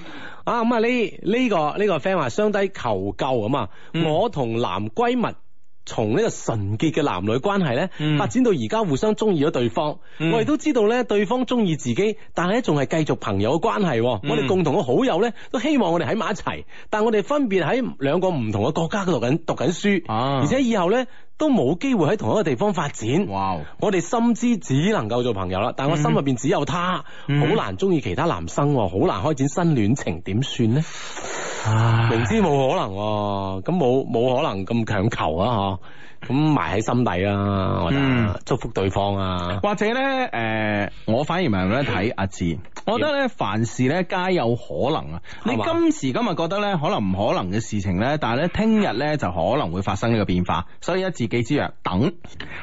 啊咁啊呢呢個呢、個 friend 話相低求救咁啊，
嗯
我同男閨蜜。從呢個純潔嘅男女關係咧，
嗯
發展到而家互相中意咗對方，
嗯
我哋都知道咧對方中意自己，但係咧仲係繼續朋友嘅關係喎。
嗯
我哋共同嘅好友咧都希望我哋喺埋一齊，但我哋分別喺兩個唔同嘅國家嗰度讀緊讀緊書，
啊
而且以後咧都冇機會喺同一個地方發展。
哇哦！
我哋深知只能夠做朋友啦，但我心入邊只有他，好、
嗯
難中意其他男生喎，好難開展新戀情，點算呢？明知冇可能喎，咁冇冇可能咁強求啊！嗬，咁埋喺心底啦，我覺
嗯
得祝福對方啊，
或者咧，誒、我反而唔係咁樣睇阿志，我覺得咧，凡事咧皆有可能啊。你
係嘛
今時今日覺得咧可能唔可能嘅事情咧，但係咧聽日咧就可能會發生呢個變化，所以一字記之曰等。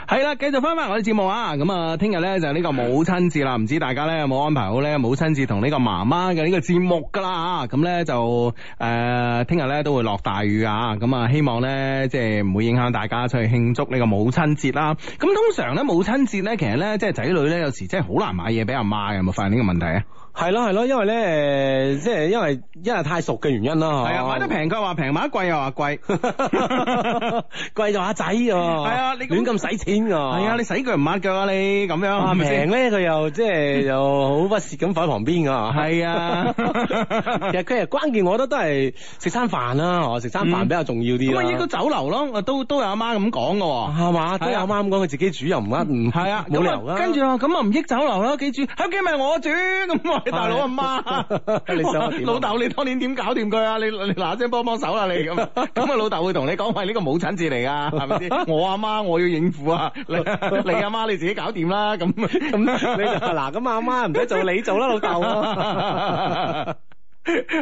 係啦，繼續翻翻我哋節目啊，咁啊，聽日咧就係呢個母親節啦，唔知大家咧有冇安排好咧母親節同呢個媽媽嘅呢個節目㗎啦啊，咁咧就誒聽日咧都會落大雨啊，咁啊希望咧即係唔會影響大家出去慶祝呢個母親節啦。咁通常咧母親節咧，其實咧即係仔女咧有時真係好難買嘢俾阿媽嘅，有冇發現呢個問題啊？
係咯係咯，因為咧，即係因為因為太熟嘅原因啦，嗬
係啊，買得， 平佢話平，買得貴又話貴。
貴咗阿仔喎，係
啊你咁
亂咁使錢㗎，
係啊，你洗腳唔抹腳啊你咁樣
啊
係咪先
平？咧，佢又即係又好不屑咁放喺旁邊㗎，
係啊，
其實佢係關鍵，我覺得都係食餐飯啦，我食餐飯比較重要啲
咁
啦。
啊
哦
應該酒樓咯，都都有阿媽咁講嘅喎。
係嘛，都有啱啱講佢自己煮又唔啱，唔
係啊，
冇理
咁
由
啊
啦。
跟住啊，咁啊唔益酒樓啦，記住喺屋企咪我煮， 咁我係大佬阿媽，
你想我點啊
老豆你當年點搞掂佢啊？你你嗱聲幫幫手啦，你咁，咁啊老豆會同你講，喂呢個母親節嚟㗎，係咪先？我阿媽我要應付啊，你你阿媽你自己搞掂啦，咁
咁 你就嗱
啊
咁阿媽唔使做，你做啦老豆啊。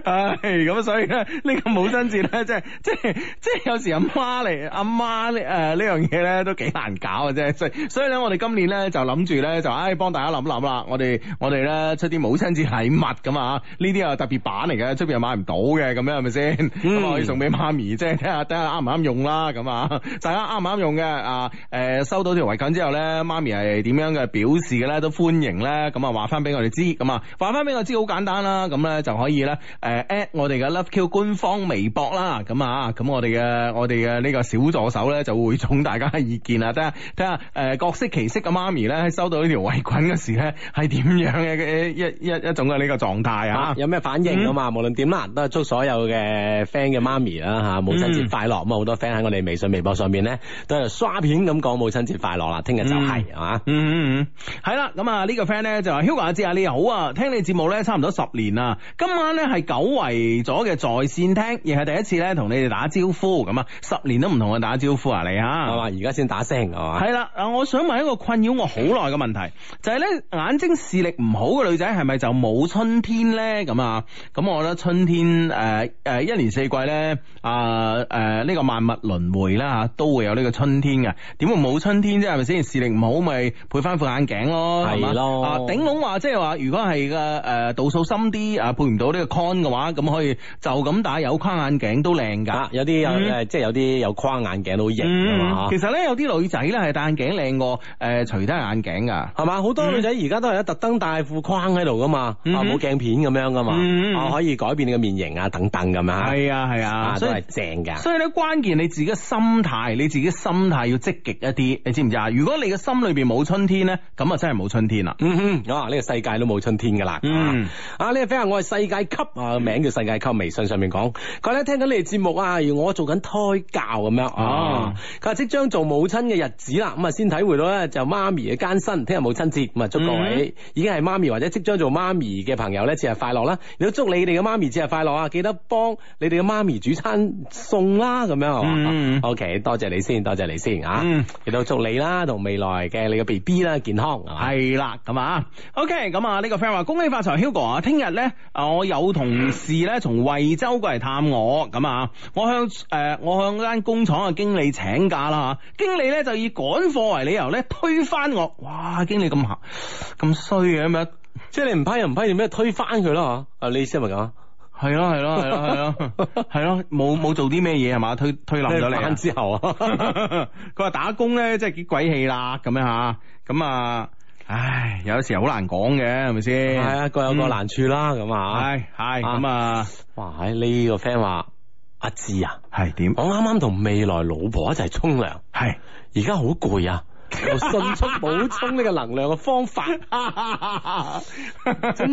唉，咁所以咧，呢、個母親節咧，即係即係即係有時阿媽嚟，阿媽呢誒呢樣嘢咧都幾難搞嘅啫。所以所以咧，我哋今年咧就諗住咧就唉幫大家諗諗啦。我哋我哋咧出啲母親節禮物咁啊，呢啲啊特別版嚟嘅，出邊又買唔到嘅，咁樣係咪先？咁、
嗯
啊可以送俾媽咪，即係睇下睇下啱唔啱用啦。咁啊， 大家啱唔啱用嘅啊？誒、收到條圍巾之後咧，媽咪係點樣嘅表示嘅咧，都歡迎咧。咁啊話翻俾我哋知，咁啊話翻俾我知好簡單啦。咁咧就可以咧誒 at 我哋嘅 LoveQ 官方微博啦。咁啊咁我哋嘅我哋嘅呢個小助手咧就會總大家嘅意見啦。啊睇下睇下誒各色其色嘅媽咪咧，收到呢條圍裙嗰時咧係點樣嘅嘅一一一種嘅呢個狀態啊
啊！ 有咩反應啊嘛？無論點啦，都係祝所有嘅 friend 嘅媽咪啦嚇，母親節快樂。咁啊，好多 friend 喺我哋微信、微博上面咧，都係刷片咁講母親節快樂啦。聽日就係係嘛？
嗯嗯嗯，係啦，咁啊呢個 friend 咧就話 Hugo 阿志啊，你好啊，聽你節目咧差唔多十年啦，今晚咧係久違咗嘅在線聽，亦係第一次咧同你哋打招呼咁啊，十年都唔同我打招呼啊你啊，
係嘛？而家先打聲係嘛？
係啦，啊，我想問一個困擾我好耐嘅問題，就係、呢：咧眼睛視力唔好嘅女仔係咪就冇春天咧？咁啊，咁我覺得春天誒誒、呃呃一年四季咧啊誒呢個萬物輪迴啦嚇，都會有呢個春天嘅。點會冇春天啫？係咪先？視力唔好咪配翻副眼鏡咯，係嘛
係咯
呃啊頂籠話即係話，如果係嘅誒度數深啲啊，配唔到呢個 con 嘅話，咁可以就咁戴有框眼鏡都靚㗎
啊。有啲有
嗯
誒，即係有啲有框眼鏡都好型㗎
嗯
嘛，
其實咧有啲女仔咧係戴眼鏡靚過誒除低眼鏡㗎。
係嘛？好多女仔而家都係咧特登戴副框喺度噶嘛，
嗯
啊冇鏡片咁樣噶嘛
嗯，
啊可以改變你嘅面型啊等等咁樣，
係啊係啊，
啊都
所
係
以。
正㗎。
所以咧，關鍵你自己嘅心態，你自己心態要積極一啲，你知唔知啊？如果你嘅心裏邊冇春天咧，咁啊真係冇春天啦。
嗯哼，啊呢、個世界都冇春天噶啦，
嗯
啊呢、個 friend 話我係世界級啊，名叫世界級，微信上面講，佢咧聽緊你哋節目啊，而我做緊胎教咁樣，
哦
啊，佢話即將做母親嘅日子啦，咁啊先體會到咧就媽咪嘅艱辛，聽日母親節，咁啊祝各位
嗯
已經係媽咪或者即將做媽咪嘅朋友咧節日快樂啦，亦都祝你哋嘅媽咪節日快樂啊，記得幫你哋嘅媽咪煮餐餸啦，咁樣係嘛、
嗯
o k 多謝你先，多謝你先啊，
嗯
亦都祝你啦同未來嘅你嘅 B B 啦健康，係嘛
係啦，咁啊，OK，咁啊呢個 friend 話恭喜發財，Hugo 啊，聽日咧啊我有同事咧從惠州過嚟探我，咁啊，我向誒、呃我向間工廠嘅經理請假啦嚇，經理咧就以趕貨為理由咧推翻我，哇，經理咁行咁衰嘅咁樣，
即係你唔批就唔批，你咩推翻佢啦吓？啊，你意思係咪咁啊？
係咯係咯係咯係 咯係咯，冇冇做啲咩嘢係嘛，推推冧咗你啊
翻。之後啊，
佢話打工咧，真係幾鬼氣啦，咁樣吓，咁啊，唉，有時好難講嘅，係咪
係
先？
啊，各有各
嗯
難處啦，咁啊，
系系咁啊，
哇，喺呢個 friend 話阿志啊，
系點？
我啱啱同未來老婆一齊沖涼，
係
而家好攰啊，又迅速補充呢個能量嘅 方法。咁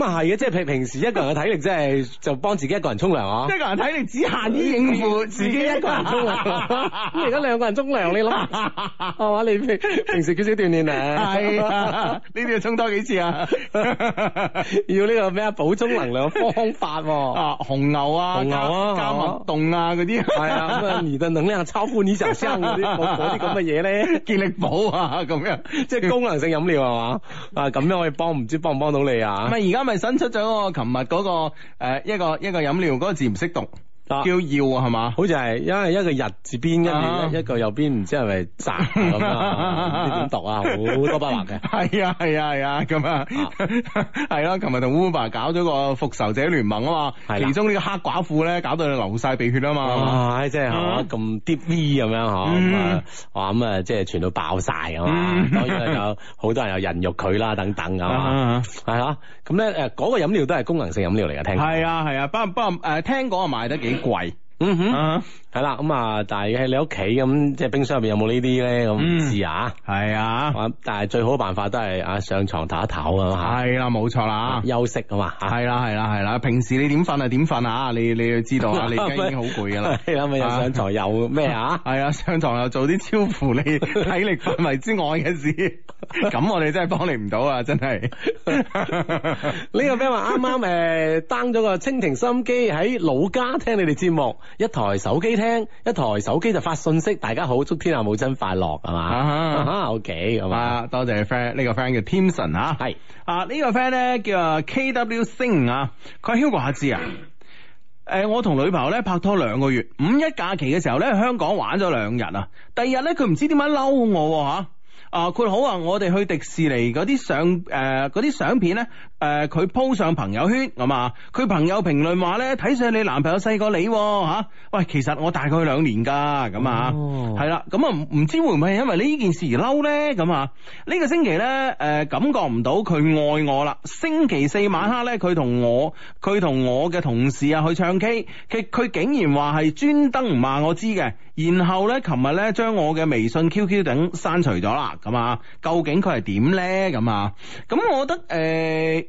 啊係嘅，即係平平時一個人嘅體力，即係就幫自己一個人沖涼啊。
一個人睇你只限於應付自己一個人
沖涼，咁而家兩個人沖涼，你諗係嘛？你平平時缺少鍛煉 啊？
係啊，呢啲要沖多幾次 啊！
要呢個咩啊？補充能量嘅方法 喎、
啊，紅牛啊，
紅牛啊
加
係嘛
脈動啊，嗰啲
哦係啊，咁啊，你的能量超乎你想象嗰 啲嗰嗰啲咁嘅嘢 咧，
健力寶啊，咁樣
即係功能性飲料係嘛？啊，咁樣可以幫唔知幫唔幫到你啊？
咪而家咪新出咗嗰個琴日嗰個誒一個一個飲料嗰個字唔識讀，
啊
叫要啊係嘛？
好似係因為一個日字邊，
啊
跟住一一個右邊，唔知係咪窄咁 啊？唔知點 讀啊？好多筆畫 嘅。
係啊係啊係啊咁啊，係咯，琴日同 Uber 搞咗個復仇者聯盟啊嘛，
係啦哦
其中呢個黑寡婦咧搞到你流晒鼻血啊嘛，
哇！即係係嘛
啊
咁 deep V 咁樣嗬，咁啊哇咁啊，即係傳到爆晒咁嘛
嗯。
當然啦有好多人有人肉佢啦，等等咁啊，
啊
係啊。咁咧誒，嗰個飲料都係功能性飲料嚟嘅，聽講
係啊係啊，不過不過誒聽講啊賣得幾貴
嗯哼。
啊，
系啦，咁啊，但係喺你屋企咁，即係冰箱入邊有冇呢啲咧？咁唔
嗯
知啊，
係啊
啊，但係最好嘅辦法都係啊，上床唞一唞啊，
係啦冇錯
吓，
啦
啊。休息啊嘛，嚇
係啦係啦係啦，平時你點瞓啊點瞓啊，你你要知道啊，你而家已經好攰噶啦。
係啦，咪又上床又咩啊？
系啊，上床又做啲超乎你 體力範圍之外嘅事，咁我哋真係幫你唔到啊！真係，
呢個 friend 話啱啱誒 down 咗個蜻蜓心機喺老家聽你哋節目，一台手機聽，一台手機就發信息，大家好，祝天下母親快樂，係
啊哈
嘛？O K，係嘛？
啊，多謝 friend 呢個 friend 叫 Timson 啊，
係
啊呢個 friend 咧叫啊 KW 星啊，佢係 Hugo 阿志啊。誒，我同女朋友咧拍拖兩個月，五一假期嘅時候咧，香港玩咗兩日啊。第二日咧，佢唔知點解嬲我喎嚇。啊，佢好啊！我哋去迪士尼嗰啲相誒嗰啲相片咧，誒佢 po 上朋友圈咁啊，佢朋友評論話咧，睇上你男朋友細過你喎、吓喂，其實我大概兩年㗎咁啊，
哦
係啦、咁啊唔唔知會唔會係因為呢件事而嬲咧咁啊？呢、個星期咧誒、感覺唔到佢愛我啦。星期四晚黑咧，佢同我佢同我嘅同事啊去唱 K，佢佢竟然話係專登唔話我知嘅，然後咧琴日咧將我嘅微信、QQ 等刪除咗啦，咁啊，究竟佢係點咧？咁啊，咁我覺得誒。呃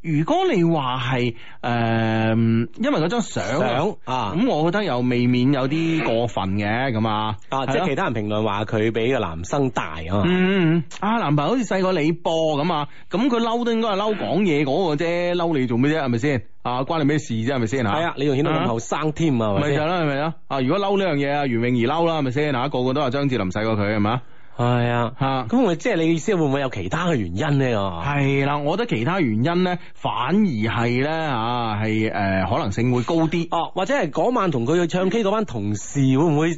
如果你話係誒，因為嗰張相啊
想啊
咁我覺得又未免有啲過分嘅咁啊，
啊，即
係咯
係其他人評論話佢比個男生大啊嘛。
嗯，啊，男朋友好似細過你波咁啊，咁佢嬲都應該係嬲講嘢嗰個啫，嬲你做咩啫？係咪先？啊，關你咩事啫？係咪先？
係啊，你仲顯到咁後生添啊，係
咪
咪
就
先
係啦，係咪啊？啊，如果嬲呢樣嘢啊，袁詠儀嬲啦，係咪先？嗱，個個都話張智霖細過佢，係咪啊？
係啊，
嚇
咁我即係你嘅意思，會唔會有其他嘅原因咧？啊，
係啦，我覺得其他原因咧，反而係咧嚇係誒可能性會高啲。
哦，或者係嗰晚同佢去唱 K 嗰班同事，會唔會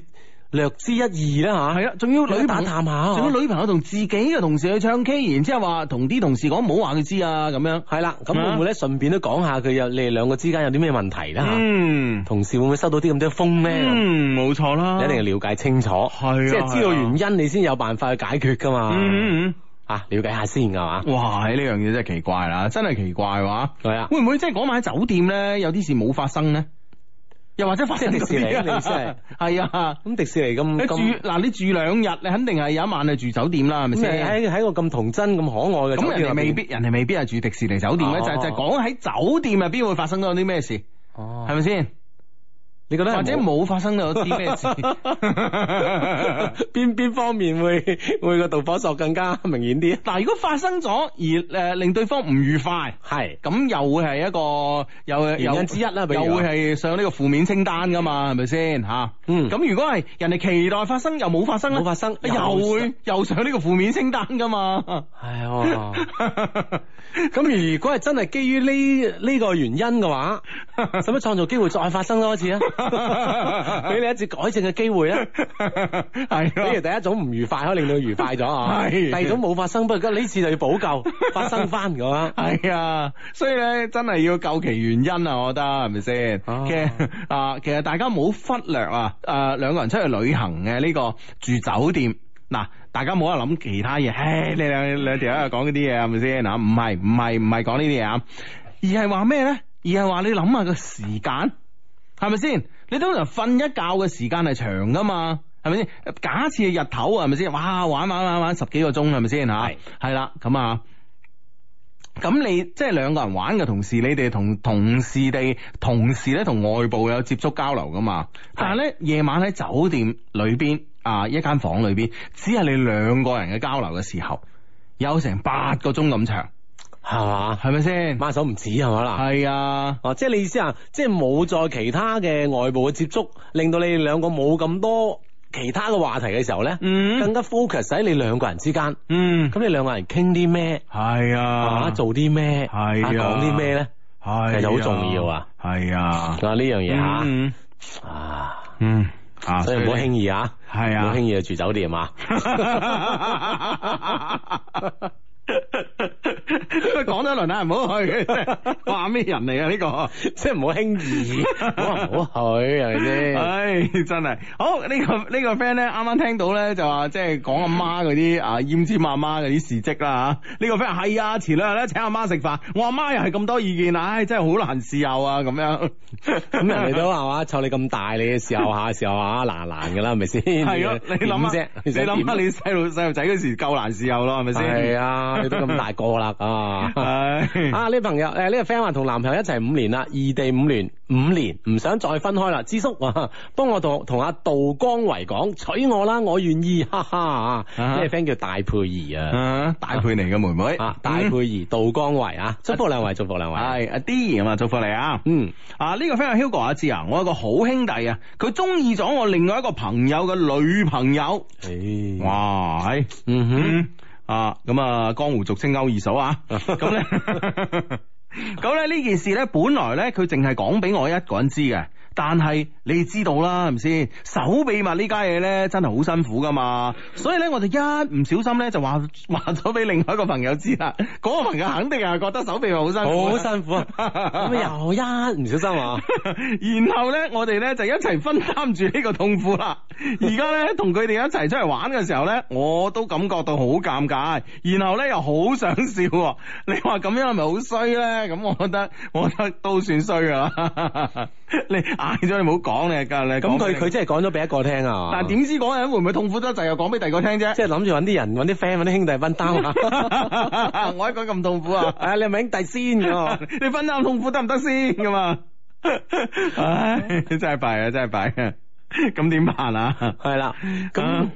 略知一二啦吓。
係啊，仲要女
打
朋友
探下啊，
仲要女朋友同自己嘅同事去唱 K，然之後話同啲同事講唔好話佢知啊，咁樣。
系啦，咁會唔會咧順便都講下佢有你哋兩個之間有啲咩問題啦吓？
嗯
同事會唔會收到啲咁多風咧？
嗯，冇錯啦，
你一定要了解清楚，
係啊
即係知道原因，你先有辦法去解決噶嘛。
嗯嗯
啊，了解下先噶嘛。
嗯，哇！呢樣嘢真係奇怪啦，真係奇怪哇！
係啊，
會唔會即係嗰晚喺酒店咧有啲事冇發生咧？又或者發生
即係迪士尼
嗰啲啊
你真係
係啊！
咁迪士尼咁
你住
咁
嗱，你住兩日，你肯定係有一晚係住酒店啦，係咪
咁
先？
喺喺個咁童真咁可愛嘅酒
咁
店
人
入
哋
邊
未必，人哋未必係住迪士尼酒店咧，
哦
就就係講喺酒店入邊會發生到啲咩事，
哦
係咪先？
你覺得
或者冇發生到啲咩事？
邊邊方面會 會個導火索更加 明顯啲？啊
嗱，如果發生咗而誒、呃令對方唔愉快，
係
咁又會係一個又
原因
又
之一啦比如
又會係上呢個負面清單噶嘛，係咪先嚇？
嗯
咁如果係人哋期待發生又冇發生咧
冇發生
又會又上呢個負面清單噶嘛？
係喎。咁如果係真係基於呢呢個原因 嘅話，使唔使創造機會再發生多一次啊？ 俾你一次改正嘅機 會啊！
係
比如
咯，
第一種唔愉快，可以令到佢愉快咗啊。
係
第二種冇發生，不過呢次就要補救，發生翻咁啊。
係啊，所以咧真係要究其原因啊，我覺得係咪先？
啊
其實啊，其實大家冇忽略啊，誒、兩個人出去旅行嘅呢、個住酒店。嗱，大家冇得諗其他嘢，唉，你兩兩條友又講嗰啲嘢係咪先啊？唔係唔係唔係講呢啲嘢啊，而係話咩咧？而係話你諗下個時間係咪先？你通常瞓一覺嘅時間係長噶嘛？係咪先？假設係日頭啊，係咪先？哇，玩玩玩玩十幾個鐘係咪先嚇？係啦，咁啊。咁你即係兩個人玩嘅同時，你哋同同事哋同事咧同外部有接觸交流噶嘛？但係咧夜晚喺酒店裏邊啊一間房裏邊，只係你兩個人嘅交流嘅時候，有成八個鐘咁長，
係 嘛？
係咪先？
孖手唔止係嘛啦？
係啊。
哦，即係你意思啊，即係冇再其他嘅外部嘅接觸，令到你哋兩個冇咁多其他嘅話題嘅時候咧，
嗯
更加 focus 喺你兩個人之間。
嗯，
咁你兩個人傾啲咩？
係
啊，做啲咩？
係啊
講啲咩咧？
係
其實好重要啊，
係啊，
啊，呢樣嘢吓
嗯
啊，
嗯啊，
所以唔好輕易啊，
係
唔
啊
好輕易就住酒店啊。
佢講咗一輪啊啦，唔好去。 哇，咩人嚟啊？呢個
即係唔好輕 易，唔好話唔好去，係咪先？
唉，真係好呢個呢個 friend 咧，啱啱聽到咧就話即係講阿媽嗰啲啊奄尖阿媽嗰啲事蹟啦嚇。呢個 friend 係啊，前兩日咧請阿媽食飯，我阿媽又係咁多意見，唉，真係好難伺候啊咁樣。
咁人哋都係嘛，湊你咁大，你嘅時候下時候下難難噶啦，係咪先？
係咯，你諗下
點啫，
你
想
諗下
點
你細路細路仔嗰時夠難伺候咯，係咪先？
係啊，你都咁大個啦 啊！
係
啊！呢朋友誒，呢、個 friend 話同男朋友一齊五年啦，異地五年，五年唔想再分開啦。知叔 啊，幫我同同阿杜光維講，娶我啦，我願意， 哈哈啊！
啊
呢個 friend 叫大佩儀啊，
啊，大佩妮嘅妹妹
啊，大佩儀、杜光維啊，祝福兩位，祝福兩位。
系阿 D 咁啊，祝福你啊！
嗯，
啊，呢、個 friend 係 Hugo 阿志啊，我有個好兄弟啊，佢中意咗我另外一個朋友嘅女朋友。
誒，
哇，係
嗯哼，
嗯啊，咁啊，江湖俗稱勾二嫂 啊，咁咧。 咁咧呢件事咧，本來咧佢淨係講俾我一個人知嘅，但係你知道啦，係咪先？守秘密呢家嘢咧，真係好辛苦噶嘛，所以咧我就一唔小心咧就話 話咗俾另外一個朋友知啦，嗰、個朋友肯定係覺得守秘密好辛苦，
好辛苦啊！ 咁又一唔小心 啊，
然後咧，我哋咧就一齊分擔住呢個痛苦啦。而家咧同佢哋一齊出嚟玩嘅時候咧，我都感覺到好尷尬，然後咧又好想笑喎。 你話咁樣係咪好衰咧？咁我覺得，我覺得都算衰噶啦。 你嗌咗你唔好講你㗎，你
咁佢佢真係講咗俾一個聽啊，
但係點知嗰個人會唔會痛苦得滯，又講俾第二個聽啫
即？係諗住揾啲人揾啲 friend 揾啲兄弟分擔 啊。
我一個咁痛苦啊！
啊，你係咪兄弟先咁啊？
你分擔痛苦得唔得先噶嘛？ 唉，真係弊啊，真係弊啊！咁點辦啊？
系啦，咁
啊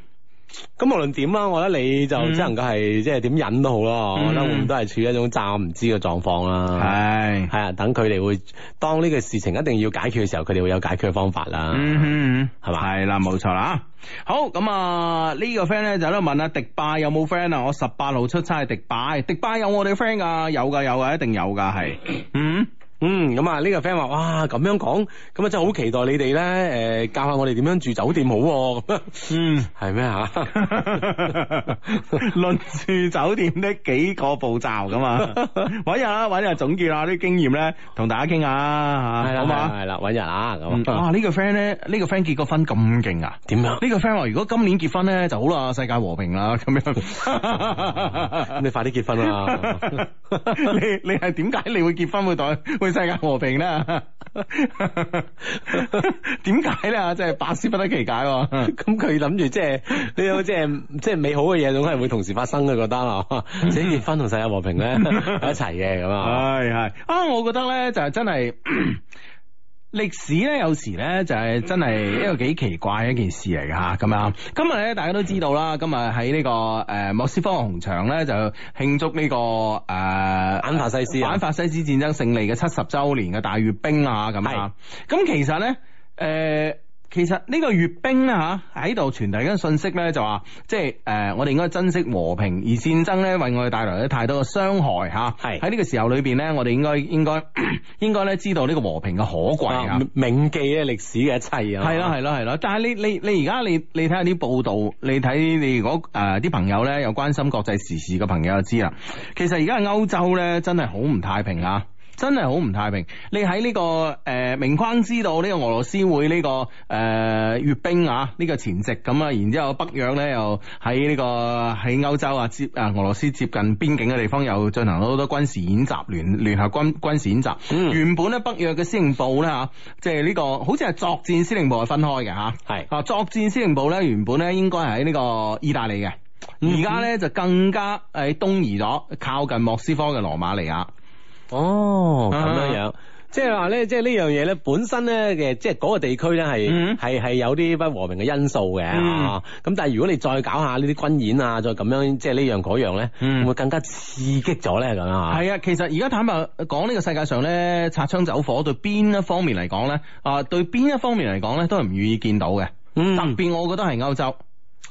咁無論點啦，我覺得你就
嗯
只能夠係即係點忍都好咯，
嗯
我覺得會唔會都係處於一種暫唔知嘅狀況啦。
係，
係啊，等佢哋會當呢個事情一定要解決嘅時候，佢哋會有解決嘅方法啦。
嗯哼，
係嘛
係啦，冇錯啦。好，咁啊呢個 friend 咧就喺度問啊，迪拜有冇 friend 啊？我十八號出差去迪拜，迪拜有我哋 friend 噶，有噶有噶，一定有噶係。嗯，
嗯，咁啊呢個 friend 話，哇咁樣講，咁啊真係好期待你哋咧，誒、教下我哋點樣住酒店好喎咁、樣
嗯。
係咩啊吓？
論住酒店呢幾個步驟噶嘛，揾日啦，揾日總結下啲經驗咧，同大家傾下吓，好
係啦，
嘛？
係啦，搵日啊
嗯
咁啊，
哇！呢個 friend 咧，呢個 friend 結個婚咁勁啊！
點樣？
呢個 friend 話：如果今年結婚咧就好啦，世界和平啦 咁樣。
咁你快啲結婚啦！
你你係點解你會結婚會代會世界和平咧？ 點解咧？真係百思不得其解喎。
咁佢諗住即係呢種即係即係美好嘅嘢，總係會同時發生嘅，覺得啊， 即係結婚同世界和平咧一齊嘅咁啊。
係係啊！我覺得咧就係真係 歷史咧，有時咧就係真係一個幾奇怪嘅一件事嚟㗎吓咁樣。今日咧大家都知道
嗯
啦，今日喺呢個誒、呃莫斯科紅場咧就慶祝呢、個誒。呃
反法西斯啊
反，法西斯戰爭勝利嘅七十週年嘅大閱兵啊，咁啊，咁其實咧，誒、其實呢個閱兵咧嚇喺度傳遞緊信息咧，就話即係誒、呃我哋應該珍惜和平，而戰爭咧為我哋帶來咗太多嘅傷害嚇。
係
喺呢個時候裏邊咧，我哋應該應該應該咧知道呢個和平嘅可貴啊
啊銘記咧歷史嘅一切啊。
係啦係啦係啦，但係你你你而家你你睇下啲報道，你睇你如果誒啲朋友咧有關心國際時事嘅朋友就知啦。其實而家歐洲咧真係好唔太平啊！真係好唔太平。你喺呢、個誒、呃明框知道呢個俄羅斯會呢、個誒、呃、閱兵啊，呢、個前夕咁啊，然之後北約咧又喺呢、個喺歐洲啊接啊俄羅斯接近邊境嘅地方又進行咗好多軍事演習，聯聯合軍軍事演習。
嗯
原本咧北約嘅司令部咧嚇，即係呢個好似係作戰司令部係啊分開嘅嚇。
係
啊，作戰司令部咧原本咧應該係喺呢個意大利嘅，而家咧就更加誒東移咗，靠近莫斯科嘅羅馬尼亞。
哦，咁
啊
樣樣。即係話咧，即係呢樣嘢咧，本身咧嘅，即係嗰個地區咧
嗯
係係係有啲不和平嘅因素嘅，
嗯
啊咁但係如果你再搞下呢啲軍演啊，再咁樣即係呢樣嗰樣咧，
嗯
會唔會更加刺激咗咧咁啊？
係啊，其實而家坦白呃講，呢個世界上咧，擦槍走火對邊一方面嚟講咧，啊，對邊一方面嚟講咧，都係唔願意見到嘅。
嗯
特別我覺得係歐洲，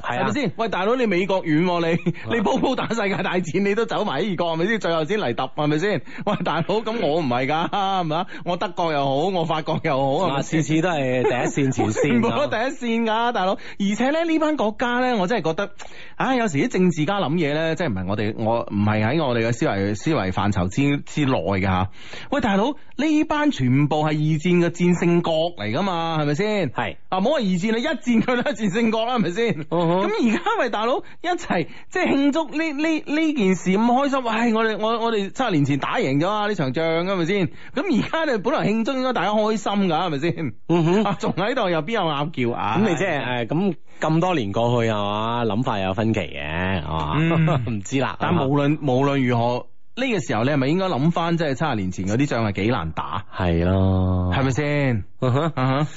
係
係
啊
咪，先？喂，大佬你美國遠喎、你你鋪鋪打世界大戰，你都走埋呢二個係咪先？最後先嚟揼係咪先？喂，大佬咁我唔係㗎，係咪啊？我德國又好，我法國又好，係
啊
咪
次
先？
次都係第一 線前
全部
線
都第
啊。
一線㗎，大佬。而且咧呢班國家咧，我真係覺得，唉，有時啲政治家諗嘢咧，即係唔係我哋我唔係喺我哋嘅思維思維範疇之之內嘅嚇。喂，大佬，呢班全部係二戰嘅戰勝國嚟㗎嘛，係咪先？
係
啊，唔好話二戰啦，一戰佢都係戰勝國啦，係咪先？
嗯哼
咁而家咪大佬一齊即係慶祝呢呢呢件事咁開心，唉！我哋我我哋七十年前打贏咗啊呢場仗，係咪先？咁而家你本來慶祝應該大家開心㗎，係咪先？
嗯 哼。
啊，仲喺度又邊有拗撬啊？
咁你即係誒咁咁多年過去係嘛，諗法有分歧嘅係嘛，
嗯
唔知啦。啊
但無論無論如何，呢、個時候你係咪應該諗翻，即係七十年前嗰啲仗係幾難打，
係咯，
係咪先？
嗯哼
啊哈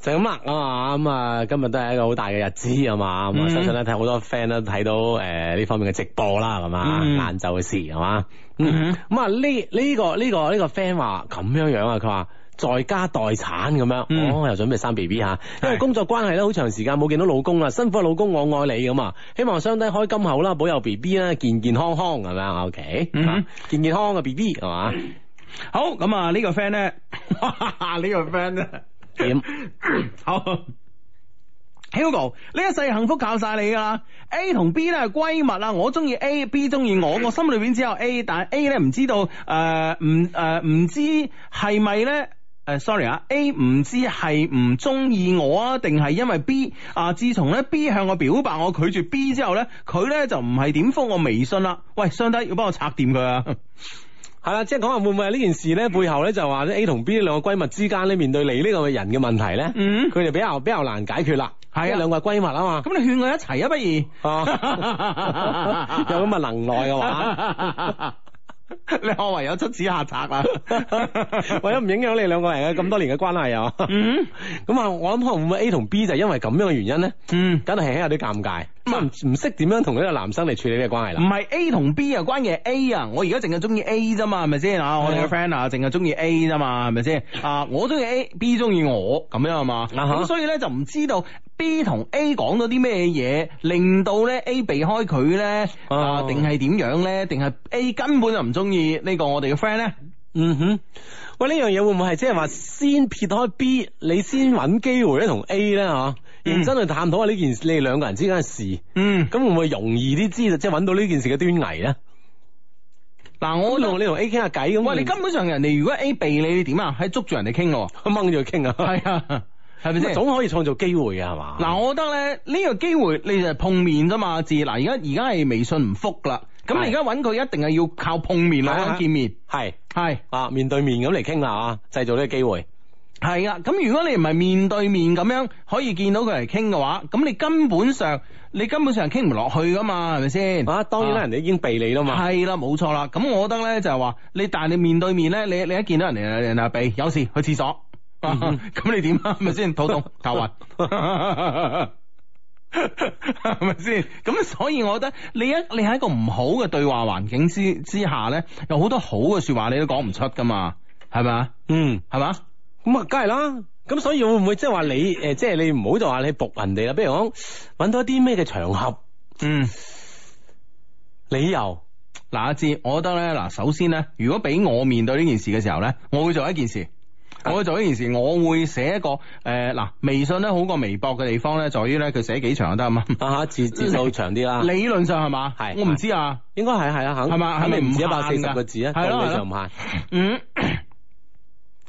就咁啦，啊咁啊，今日都係一個好大嘅日子啊嘛，咁啊，
嗯
相信咧睇好多 friend 都睇到誒呢方面嘅直播啦，咁啊，
嗯
晏晝嘅事係嘛，
嗯
嗯，咁啊呢呢個呢個呢個 friend 話咁樣樣啊，佢話。在家待產咁樣，
嗯
哦，又準備生 B B 嚇，因為
係
工作關係咧，好長時間冇見到老公啦，辛苦啊老公，我愛你咁啊，希望雙低開金口啦，保佑 B B 啦，健健康康咁樣，OK，
嗯
啊健健康康嘅 B B 係嘛，
好咁啊！呢個 friend 咧， 呢個 friend 咧。
點？
好。Hugo，呢一世幸福靠晒你噶啦，A 同 B 咧係閨蜜啦，我中意 A，B 中意我，我心裏邊只有 A，但係 A 咧唔知道誒唔誒唔知係咪咧？誒，sorry 啊，A 唔知係唔中意我啊，定係因為 B 啊？自從咧 B 向我表白，我拒絕 B 之後咧，佢咧就唔係點覆我微信啦。喂，相低要幫我拆掂佢啊！
係啦，即係講話會唔會係呢件事咧背後咧就話咧 A 同 B 兩個閨蜜之間咧面對你呢個人嘅問題咧，
嗯
佢哋比較比較難解決啦。
係啊
因為兩個係閨蜜 啊嘛，
咁你勸我一齊啊，不如？
啊 有咁嘅能耐嘅話，
啊你我唯有出此下策啊啦。
為咗唔影響你兩個人嘅咁多年嘅關係啊，
嗯
咁啊，我諗可能會唔會 A 同 B 就係因為咁樣嘅原因咧，
嗯，
梗係有啲尷尬，咁唔唔識點樣同呢個男生嚟處理呢個關係
唔
啦。
係 A 同 B 啊，關鍵係 A 啊。我而家淨係中意 A 啫嘛，係咪先啊？我哋嘅 friend 啊，淨係中意 A 啫嘛，係咪先啊？我中意 A，B 中意我咁樣啊嘛。
啊哈
咁所以咧就唔知道 B 同 A 講咗啲咩嘢，令到咧 A 避開佢咧啊，
哦
定係點樣咧？定係 A 根本就唔中意呢個我哋嘅 friend 咧？
嗯哼，喂，呢樣嘢會唔會係即係話先撇開 B，你先揾機會咧同 A 咧嚇，認真去探討下呢件事，你哋兩個人之間嘅事，
嗯，
咁會唔會容易啲知道，即係揾到呢件事嘅端倪咧？
嗱，我
我同你同 A 傾下偈咁，
喂，你根本上人哋如果 A 避你，你點啊？喺捉住人哋傾咯，
掹咗佢傾啊，
係啊，係咪
咁
先？
總可以創造機會嘅係嘛？
嗱，我覺得咧呢、個機會你就係碰面啫嘛，至嗱而家而家係微信唔復啦，咁你而家揾佢一定係要靠碰面
係啊
兩個人見面，
係
係
啊，面對面咁嚟傾啦啊，製造呢個機會。
係啊，咁如果你唔係面對面咁樣可以見到佢嚟傾嘅話，咁你根本上你根本上傾唔落去噶嘛，係咪先？
啊，當然啦，人哋已經避你啦嘛。
係啦，冇錯啦。咁我覺得咧就係話，你但係你面對面咧，你你一見到人哋人哋鼻有事去廁所， 咁你點啊？係咪先肚痛頭暈？係咪先？咁所以我覺得你一你喺一個唔好嘅對話環境之之下咧，有好多好嘅說話你都講唔出噶嘛，係咪啊？
嗯，
係嘛？
咁啊，梗係啦。咁所以會唔會即係話你誒，即係你唔好就話你仆人哋啦。比如講揾到一啲咩嘅場合
嗯。
理由，
嗱，阿志，我覺得咧，嗱，首先咧，如果俾我面對呢件事嘅時候咧，我會做一件事，
啊
我會做一件事，我會寫一個誒，呃嗱、微信咧好過微博嘅地方咧，在於咧佢寫幾長就得啊嘛，
啊嚇，字字數長啲啦，
理論上係嘛，
啊係
我唔知啊，
應該係係啊，肯
係嘛
肯
係咪
定唔止一
唔限
百四
㗎
十個字啊，
係咯
道理
係咯
上唔限。
嗯，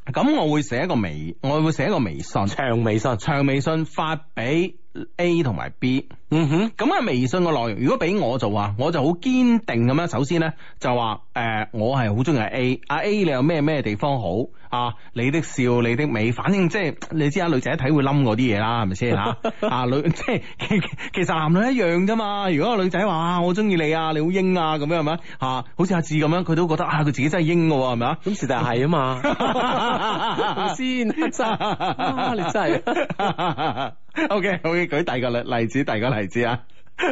咁我會寫一個微，我會寫一個微信，
長微信，
長微信發俾 A 同埋 B。
嗯哼，
咁啊，微信嘅內容，如果俾我做啊，我就好堅定咁樣。首先咧，就話誒、呃我係好中意 A，阿 A 你有咩咩地方好啊？你的笑，你的美，反正即係你知啊，女仔睇會冧嗰啲嘢啦，係咪先 嚇？啊女 即係其其實男女一樣啫嘛。如果個女仔話啊我中意你啊，你好英啊咁樣係咪啊？好似阿志咁樣，佢都覺得啊佢自己真係英嘅喎，係咪啊？
咁事實係啊嘛， 係咪先真係啊，你真係。
O K，好，舉第二個例例子，第二個例子 啊，
即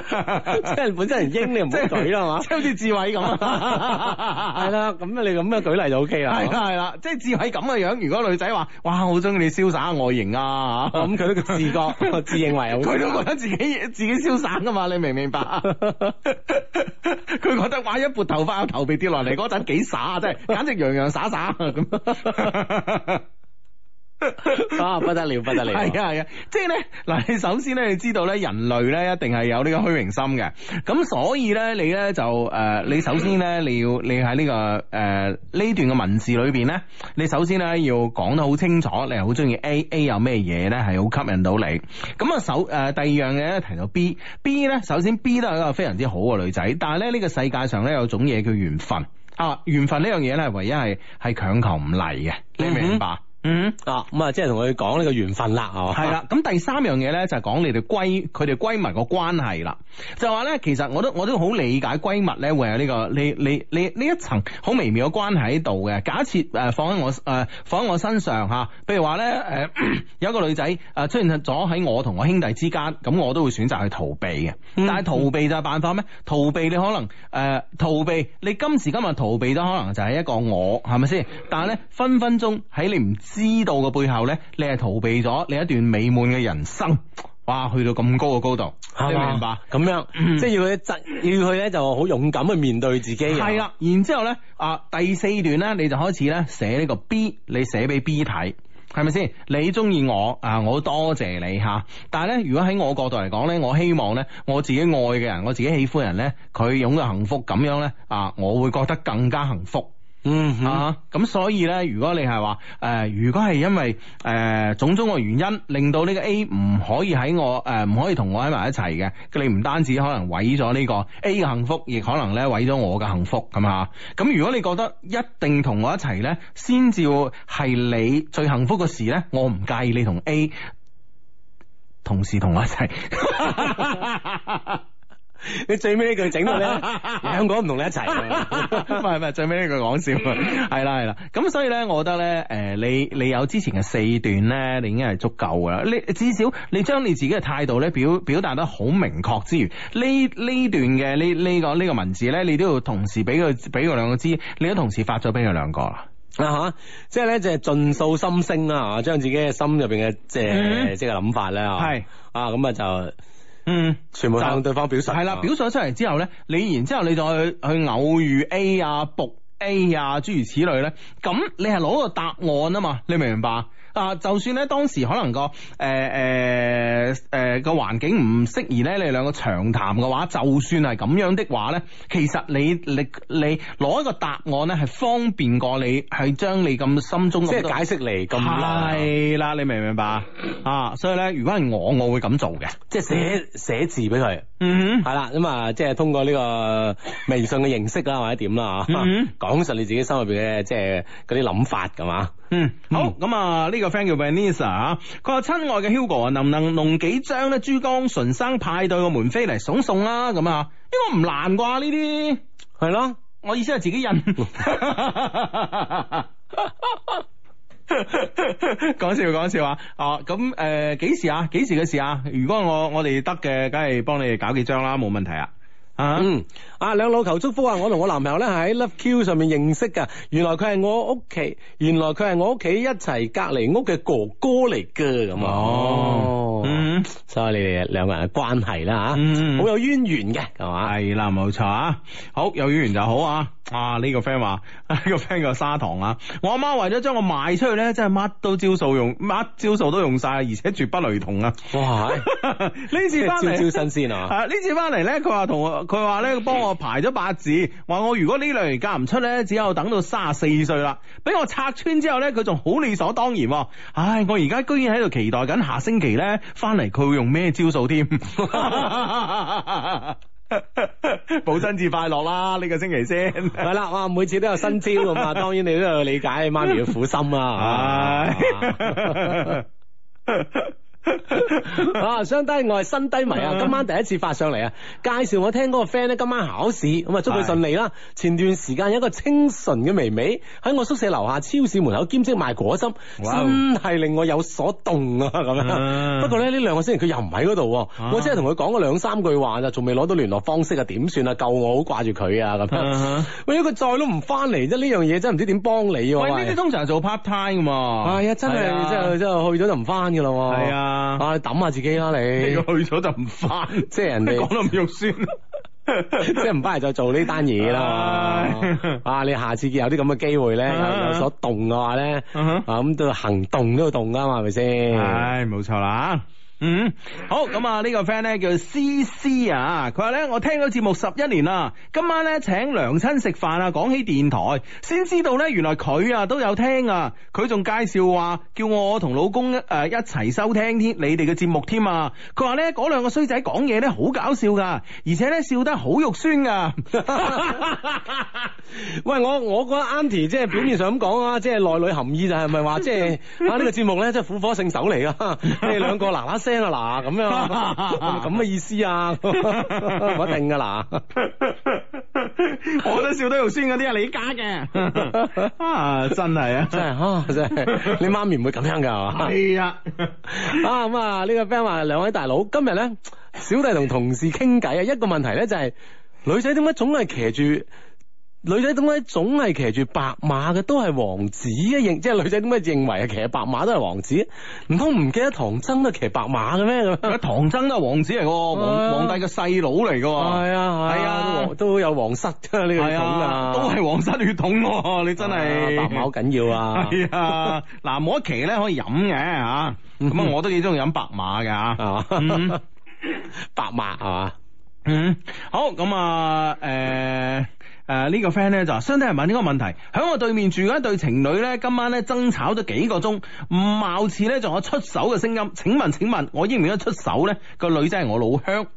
係本身人英，你唔好舉啦嘛。
即係好似志偉咁啊，
係啦，咁啊你咁嘅舉例就 OK 啦。
係啦係啦，即係志偉咁嘅樣。如果女仔話，哇，好中意你瀟灑外形 啊，
咁佢都自覺自 認為好
佢都覺得自己自己瀟灑噶嘛，你明唔明白？ 佢覺得哇，一撥頭髮有頭皮跌落嚟嗰陣幾灑啊， 真係簡直洋洋灑灑咁。
啊，不得了，不得了。
係啊係啊，即係咧嗱，你首先咧，你知道咧，人類咧一定係有呢個虛榮心嘅，咁所以咧，你咧就誒、呃你首先咧，你要你喺呢、個呃誒呢、段嘅文字裏邊咧，你首先咧要講得好清楚，你係好中意 A A 有咩嘢咧係好吸引到你，咁啊首誒、呃第二樣嘢咧提到 B B 咧，首先 B 都係一個非常之好嘅女仔，但係咧呢、個世界上咧有種嘢叫緣分啊，緣分呢樣嘢咧唯一係係強求唔嚟嘅，你明唔明白？嗯
啊，咁啊，即係同佢講呢個緣分啦，係嘛？
係啦，咁第三樣嘢咧就係講你哋閨佢哋閨蜜個關係啦，就話咧其實我都我都好理解閨蜜咧會有呢、個你你你呢一層好微妙嘅關係喺度嘅。假設誒、呃放喺我誒、呃放喺我身上嚇，譬如話咧誒 有一個女仔誒、呃出現咗喺我同我兄弟之間，咁我都會選擇去逃避嘅。
嗯
但係逃避就係辦法咩？逃避你可能誒、呃逃避你今時今日逃避咗，可能就係一個我係咪先？但係咧分分鐘喺你唔知道嘅背後咧，你係逃避咗你一段美滿嘅人生。哇，去到咁高嘅高度，
啊係
你
嘛
明唔明白？嗯
咁樣，即係要佢真，要佢咧就好勇敢去面對自己。啊
係，啦，然之後咧啊，第四段咧你就開始咧寫呢個 B，你寫俾 B 睇。係咪先？你中意我啊，我多謝你吓。但係咧，如果喺我角度嚟講咧，我希望咧，我自己愛嘅人，我自己喜歡嘅人咧，佢擁有幸福咁樣咧啊，我會覺得更加幸福。
嗯哼，
啊，咁所以咧，如果你係話誒，如果係因為誒、呃、種種嘅原因，令到呢個 A 唔可以喺我誒唔、可以同我喺埋一齊嘅，佢你唔單止可能毀咗呢個 A 嘅幸福，亦可能咧毀咗我嘅幸福咁啊。咁如果你覺得一定同我一齊咧，先至會係你最幸福嘅事咧，我唔介意你同 A 同時同我一 齊。
你最尾呢句整到咧， 兩個都唔同你一齊。
唔係唔係，最尾呢句講笑，啊係啦係啦。咁所以咧，我覺得咧，誒、你你有之前嘅四段咧，你已經係足夠噶啦。你至少你將你自己嘅態度咧表表達得好明確之餘，呢呢段嘅呢呢個呢、個文字咧，你都要同時俾佢俾佢兩個知，你都同時發咗俾佢兩個啦。
啊吓，即係咧就係盡訴心聲啦，啊，將自己嘅心入邊嘅即係
嗯
即係諗法咧，啊
係
啊，咁啊就
嗯。
全部向對方表述，
係啦，表述咗出嚟之後咧，你然之後你再去去偶遇 A 啊、仆 A 啊，諸如此類咧，咁你係攞個答案啊嘛，你明唔明白？啊，就算咧當時可能個誒呃誒誒呃個環境唔適宜咧，你哋兩個長談嘅話，就算係咁樣的話咧，其實你你你攞一個答案咧，係方便過你係將你咁心中
即
咁
係
多
解釋嚟咁耐，
係啦，你明唔明白啊？所以咧，如果係我，我會咁做嘅。
即係寫寫字俾佢。
嗯
系啦，咁啊，即係通過呢個微信嘅形式啦，或者點啦，吓
嗯
講述你自己心入邊嘅即係嗰啲諗法啊噶嘛。
嗯，好咁啊！呢個 friend 叫 Vanessa 啊，佢話親愛嘅 Hugo 啊，能唔能弄幾張咧珠江純生派對嘅門飛嚟送送啦？咁啊，呢個唔難啩呢啲。
係咯，
我意思係自己印。講笑講笑啊！哦，咁誒幾時啊？幾時嘅事啊？如果我我哋得嘅，梗係幫你哋搞幾張啦，冇問題啊！啊，
嗯，啊兩老求祝福啊！我同我男朋友咧喺 Love Q 上面認識噶，原來佢係我屋企，原來佢係我屋企一齊隔離屋嘅哥哥嚟嘅咁啊。
哦嗯，
所以你哋兩個人嘅關係啦吓，
嗯
好有淵源嘅係嘛。
係啦，冇錯啊！好，有語言就好啊！啊，呢、個 friend 話， 呢、個 friend 叫砂糖啊！我阿媽為咗將我賣出去咧，真係乜都招數用，乜招數都用晒，而且絕不雷同啊！
哇，
呢
即
次
係
翻嚟，
朝朝新鮮 啊！
啊！呢次翻嚟咧，佢話同我，佢話咧幫我排咗八字，話我如果呢兩年嫁唔出咧，只有等到三十四歲啦。俾我拆穿之後咧，佢仲好理所當然喎。唉，我而家居然喺度期待緊下星期咧翻嚟，佢會用咩招數添？ 保真節快樂啦！呢、個星期先。
係啦，哇！每次都有新招咁 啊，當然你都要理解媽咪嘅苦心啊 啦。
唉。
啊，相低我係新低迷啊！
嗯
今晚第一次發上嚟啊，介紹我聽嗰個 friend 咧，今晚考試咁啊，祝佢順利
嗯
啦！前段時間有一個清純嘅微微喺我宿舍樓下超市門口兼職賣果汁，
哇
真係令我有所動啊！咁
嗯啊
樣，不過咧呢兩個星期佢又唔喺嗰度喎，我真係同佢講過兩三句話咋，仲未攞到聯絡方式啊，點算啊？救我，好掛住佢啊！咁
嗯
樣，喂，如果佢再都唔翻嚟，真係呢樣嘢真係唔知點幫你喎。
喂，呢啲通常係做 part time 噶嘛。
係啊，真
係
係
啊
真係真係去咗就唔翻噶啦喎。
係啊
啊你抌下自己啦
你
你
要，去咗就唔翻，
即係人哋
講到咁肉酸。
即係唔翻嚟就做呢單嘢啦
唉。
啊，你下次有啲咁嘅機會咧，
啊
有有所動嘅話咧，
嗯哼
啊咁都要行動都要動噶嘛，係咪先？
唉，冇錯啦。嗯，好咁啊！呢個 friend 咧叫 C C 啊，佢話咧我聽咗節目十一年啦，今晚咧請娘親食飯啊，講起電台先知道咧，原來佢啊都有聽啊，佢仲介紹話叫我同老公誒、呃一齊收聽添你哋嘅節目添啊，佢話咧嗰兩個衰仔講嘢咧好搞笑噶，而且咧笑得好肉酸噶。
喂，我我覺得 Auntie 即係表面上咁講啊，即係內裏含義就係咪話即係 啊呢個節目咧，即係苦火聖手嚟啊！你哋兩個嗱嗱聲啊嗱咁樣啊， 係咪咁嘅意思啊， 唔一定噶 嗱。
我覺得笑得肉酸嗰啲係你家 嘅，啊真係啊，
真係啊，真係你媽咪唔會咁樣㗎係嘛？
係啊，
啊咁啊，呢、個 friend 話兩位大佬今日咧，小弟同同事傾偈啊，一個問題咧就係、女仔點解總係騎住。女仔點解總係騎住白馬嘅都係王子嘅認，即係女仔點解認為係騎白馬都係王子？唔通唔記得唐僧都騎白馬嘅咩 咁樣？
啊唐僧都係王子嚟嘅，
係
皇
啊
皇帝嘅細佬嚟嘅，
係啊係
係啊
啊，都皇都有皇室㗎呢個
係
統啊，
都係皇室血統 喎，你真係
啊白馬好緊要啊，
係啊，嗱，冇一期咧可以飲嘅吓， 咁啊我都幾中意飲白馬嘅吓。
係
嗯
嘛？ 白馬係嘛？
嗯，好咁啊，誒、誒、呢個 friend 咧就話相對係問呢個問題，喺我對面住嗰一對情侶咧，今晚咧爭吵咗幾個鐘，貌似咧仲有出手嘅聲音。請問請問，我應唔應該出手咧？個女仔係我老鄉。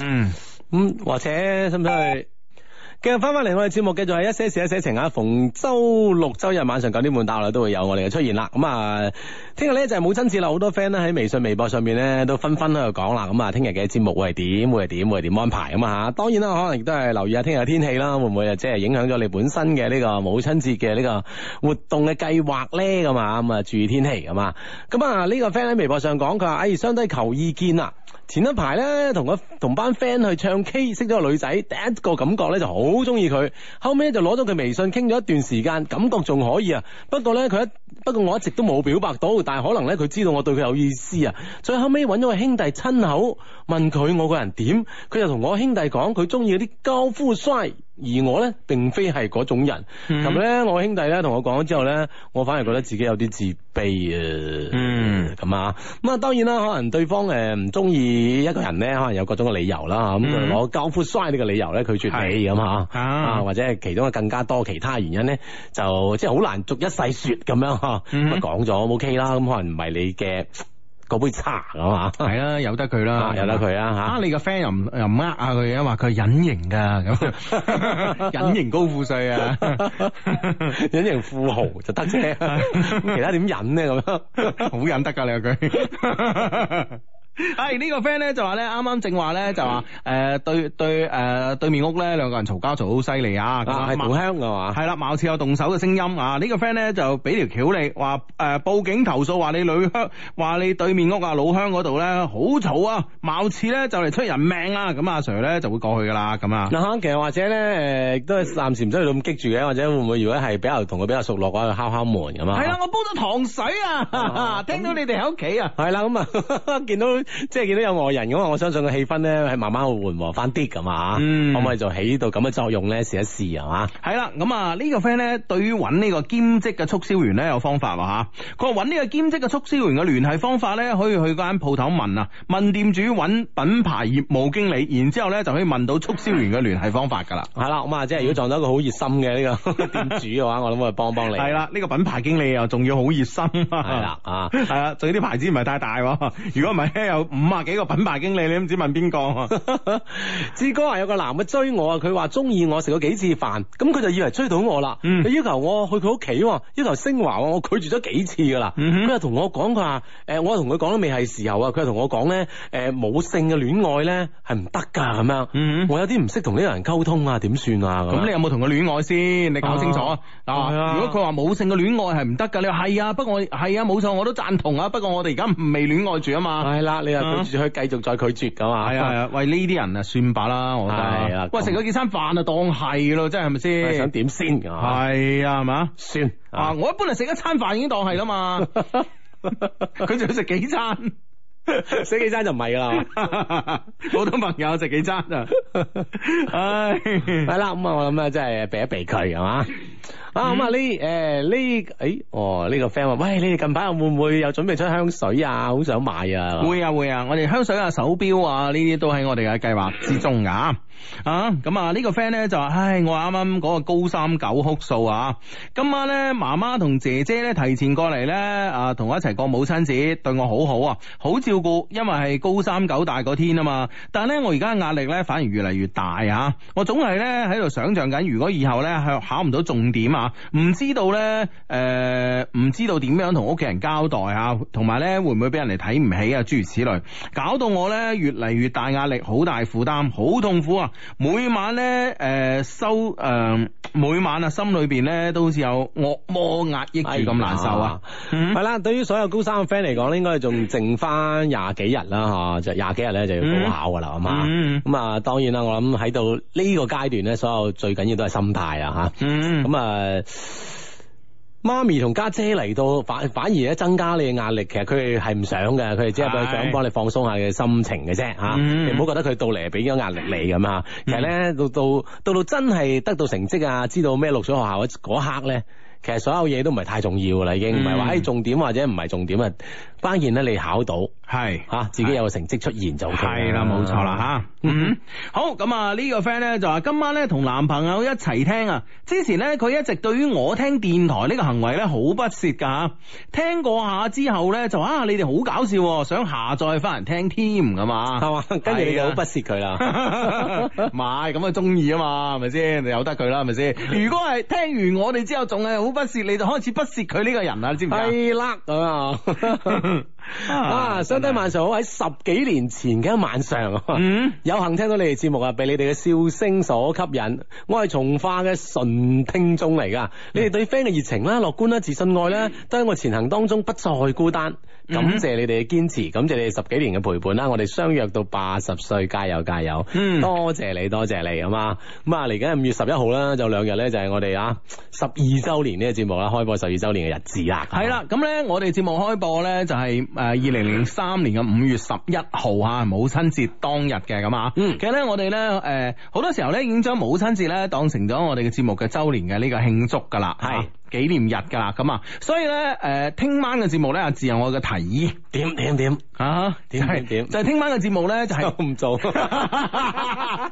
嗯，
嗯，或者使唔使去？繼續翻翻嚟，我哋節目繼續係一些事一些情啊！逢周六、周日晚上九點半打落都會有我哋嘅出現啦。咁啊，聽日咧就係母親節啦，好多 friend 咧喺微信、微博上面咧都紛紛喺度講啦。咁啊，聽日嘅節目會係點？會係點？會係點安排咁啊？嚇，當然啦，可能亦都係留意下聽日嘅天氣啦，會唔會啊即係影響咗你本身嘅呢個母親節嘅呢個活動嘅計劃咧？咁啊，咁啊注意天氣咁啊。咁啊，呢個 friend 喺微博上講佢話：，哎，相低求意見啊！前一排咧，同個同班 friend 去唱 K，識咗個女仔，第一個感覺咧就好中意佢，後尾就攞咗佢微信傾咗一段時間，感覺仲可以啊。不過咧，佢一不過我一直都冇表白到，但係可能咧佢知道我對佢有意思啊。最後尾揾咗個兄弟親口問佢我個人點，佢就同我兄弟講佢中意嗰啲高富帥。而我咧並非係嗰種人。
嗯
咁咧，我兄弟咧同我講咗之後咧，我反而覺得自己有啲自卑啊。
嗯
咁啊，咁啊當然啦，可能對方誒唔中意一個人咧，可能有各種嘅理由啦，咁
嗯
佢攞交闊衰呢個理由咧拒絕你
係
咁嚇，
啊
啊或者係其中嘅更加多其他原因咧，就即係好難逐一細説咁樣嚇，咁啊
嗯
講咗 OK 啦，咁可能唔係你嘅嗰杯茶咁嘛，
系啦，由得佢啦
啊，由得佢啦
嗯
嚇
啊，你個 friend 又唔又唔呃下佢啊，話佢係隱形噶咁， 隱形高富帥 啊，
隱形富豪就得啫，咁其他點忍咧咁樣？
好忍得噶你個佢。 係呢個 friend 咧就話咧，啱啱正話咧就話誒對對誒對面屋咧兩個人嘈交嘈得好犀利啊，咁
啊，
啊
係同鄉㗎嘛？
系啦，貌似有動手嘅聲音啊！呢、個 friend 咧就俾條橋你，話誒、呃、報警投訴話你女鄉，話你對面屋啊老鄉嗰度咧好嘈啊，貌似咧就嚟出人命啊！咁阿 Sir 咧就會過去噶啦，咁 啊，
嗱其實或者咧，誒都係暫時唔需要咁激住嘅，或者會唔會如果係比較同佢比較熟絡嘅話，敲敲門咁啊？
係啦，我煲咗糖水啊，
啊
聽到你哋喺屋企啊，
係啦，咁啊， 見到即係見到有外人咁啊，我相信個氣氛咧係慢慢會緩和翻啲咁啊，
嗯
可唔可以就起到咁嘅作用咧？試一試係嘛？
係啦，咁啊呢個 friend 咧對於揾呢個兼職嘅促銷員咧有方法喎吓，佢話揾呢個兼職嘅促銷員嘅聯繫方法咧，可以去間鋪頭問啊，問店主揾品牌業務經理，然之後咧就可以問到促銷員嘅聯繫方法㗎啦。
係啦，咁啊，即係如果撞到一個好熱心嘅呢個 店主嘅話，我諗會幫幫你。
系啦，呢、個品牌經理又仲要好熱心啊！系
係啦，啊。
系啊，仲有啲牌子唔係太大喎。如果唔係咧，有五啊幾個品牌經理，你都唔知問邊個。
志哥話有個男嘅追我啊，佢話中意我食咗幾次飯，咁佢就以為追到我啦。佢、
嗯
要求我去佢屋企喎，要求升華喎，我拒絕咗幾次噶啦。
嗯哼
佢又同我講佢話，誒、我同佢講都未係時候啊。佢又同我講咧，誒、冇性嘅戀愛咧係唔得㗎咁樣。
嗯
我有啲唔識同呢個人溝通啊，點算啊咁樣
咁你有冇同佢戀愛先？你搞清楚啊！
係
啊
啊
如果佢話冇性嘅戀愛係唔得㗎，你話係啊，不過我係啊，冇錯，我都贊同啊。不過我哋而家未戀愛住啊嘛。
係啦，你又拒絕佢，繼續再拒絕㗎嘛。
係 啊係啊，喂呢啲人啊算罷啦，我覺得。
係啊
喂
咁
食咗幾餐飯啊，當係咯，真係咪
係想
先？
點先㗎？
係啊，係嘛？
算
啊，我一般嚟食一餐飯已經當係啦 嘛， 佢仲要食幾 餐？
死幾餐就唔係㗎啦。
好多朋友食幾餐啊！唉，
系啦，咁啊，我諗咧，真係避一避佢係嘛。
嗯
啊咁啊呢誒呢誒哦呢個 friend 話，喂你哋近排會唔會有準備出香水啊？好想買啊！
會啊會啊，我哋香水啊、手錶啊呢啲都喺我哋嘅計劃之中噶。啊，咁啊呢個 friend 咧就話，唉，我啱啱嗰個高三九哭訴啊，今晚咧媽媽同姐姐咧提前過嚟咧，啊同我一齊過母親節，對我好好啊，好照顧，因為係高三九大嗰天啊嘛。但係咧我而家壓力咧反而越嚟越大啊，我總係咧喺度想像緊，如果以後咧考考唔到重點啊，唔知道咧誒唔知道點樣同屋企人交代啊，同埋咧會唔會俾人哋睇唔起啊，諸如此類，搞到我咧越嚟越大壓力，好大負擔，好痛苦啊！每晚咧誒、呃收誒、呃每晚啊心裏邊咧都好似有惡魔壓抑住咁難受啊！嗯
哎係啦，對於所有高三嘅 friend 嚟講咧，應該仲剩翻廿幾日啦，嚇，就廿幾日咧就要高考噶啦，係嘛、
嗯
咁啊，當然啦，我諗喺到呢個階段咧，所有最緊要都係心態啊，嚇。
嗯
咁啊，媽咪同家姐嚟到反反而咧增加你嘅壓力，其實佢哋係唔想嘅，佢哋只係
係
想幫你放鬆下嘅心情嘅啫嚇。
嗯
你唔好覺得佢到嚟係俾咗壓力你咁啊。其實咧，到到到到真係得到成績啊，知道咩錄取學校嗰刻咧。其實所有嘢都唔係太重要㗎啦，已經唔係話
嗯
誒重點或者唔係重點啊，關鍵咧你考到
係
嚇、自己有個成績出現就 OK
係啦，冇錯啦吓。嗯，好咁啊，呢個 friend 咧就話今晚咧同男朋友一齊聽啊。之前咧佢一直對於我聽電台呢個行為咧好不屑噶吓，聽過下之後咧就啊你哋好搞笑喎，想下載翻嚟聽添咁啊，
係嘛？跟住你就好不屑佢 啦。
唔係咁啊，中意啊嘛，係咪先？你由得佢啦，係咪先？ 如果係聽完我哋之後仲係好不屑，你就開始不屑佢呢個人啦，你知唔知啊？
係啦，咁 啊，啊，相低晚上好喺十幾年前嘅一晚上啊，
嗯
有幸聽到你哋節目啊，被你哋嘅笑聲所吸引，我係從化嘅純聽眾嚟噶，你哋對 friend 嘅熱情啦、樂觀啦、自信愛啦，都喺我前行當中不再孤單。感謝你哋嘅堅持，感謝你哋十幾年嘅陪伴啦！我哋相約到八十歲，加油加油！
嗯
多謝你，多謝你咁啊！咁啊，嚟緊五月十一號啦，就兩日咧就係我哋啊十二週年呢個節目啦，開播十二週年嘅日子啦。
系啦，咁咧我哋節目開播咧就係誒二零零三年嘅五月十一號啊，母親節當日嘅咁啊。
嗯
其實咧我哋咧誒好多時候咧已經將母親節咧當成咗我哋嘅節目嘅周年嘅呢個慶祝㗎啦，
係
啊紀念日㗎啦，咁啊，所以咧誒聽晚嘅節目咧，阿志有我嘅提 議
點點點
啊，
點
就係
點點
就係聽晚嘅節目咧就係、
都唔 做，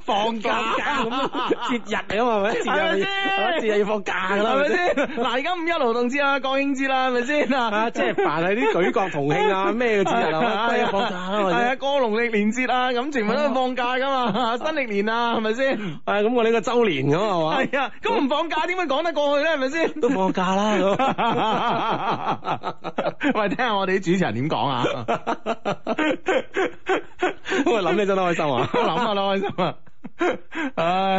放
假
咁節日嚟啊嘛，係咪
係咪
節日
先
節日要放假㗎啦，
係咪
係咪先？
先？嗱，而家五一勞動節啦，國慶節啦，係咪先啊
啊，？即係凡係啲舉國同慶啊，咩嘅節日 啊，都要放假啦，係咪
係啊，
先？
過農曆年節啊，咁全部都係放假噶嘛，新歷年啊，係咪先？
啊，咁我呢個周年咁係嘛，
係啊，咁唔放假點會講得過去咧？係咪先？
都放假啦咁。
喂，聽下我哋啲主持人點講 啊？
我諗 你真係開心啊！
我諗下咯，開心啊！ 唉，
唉，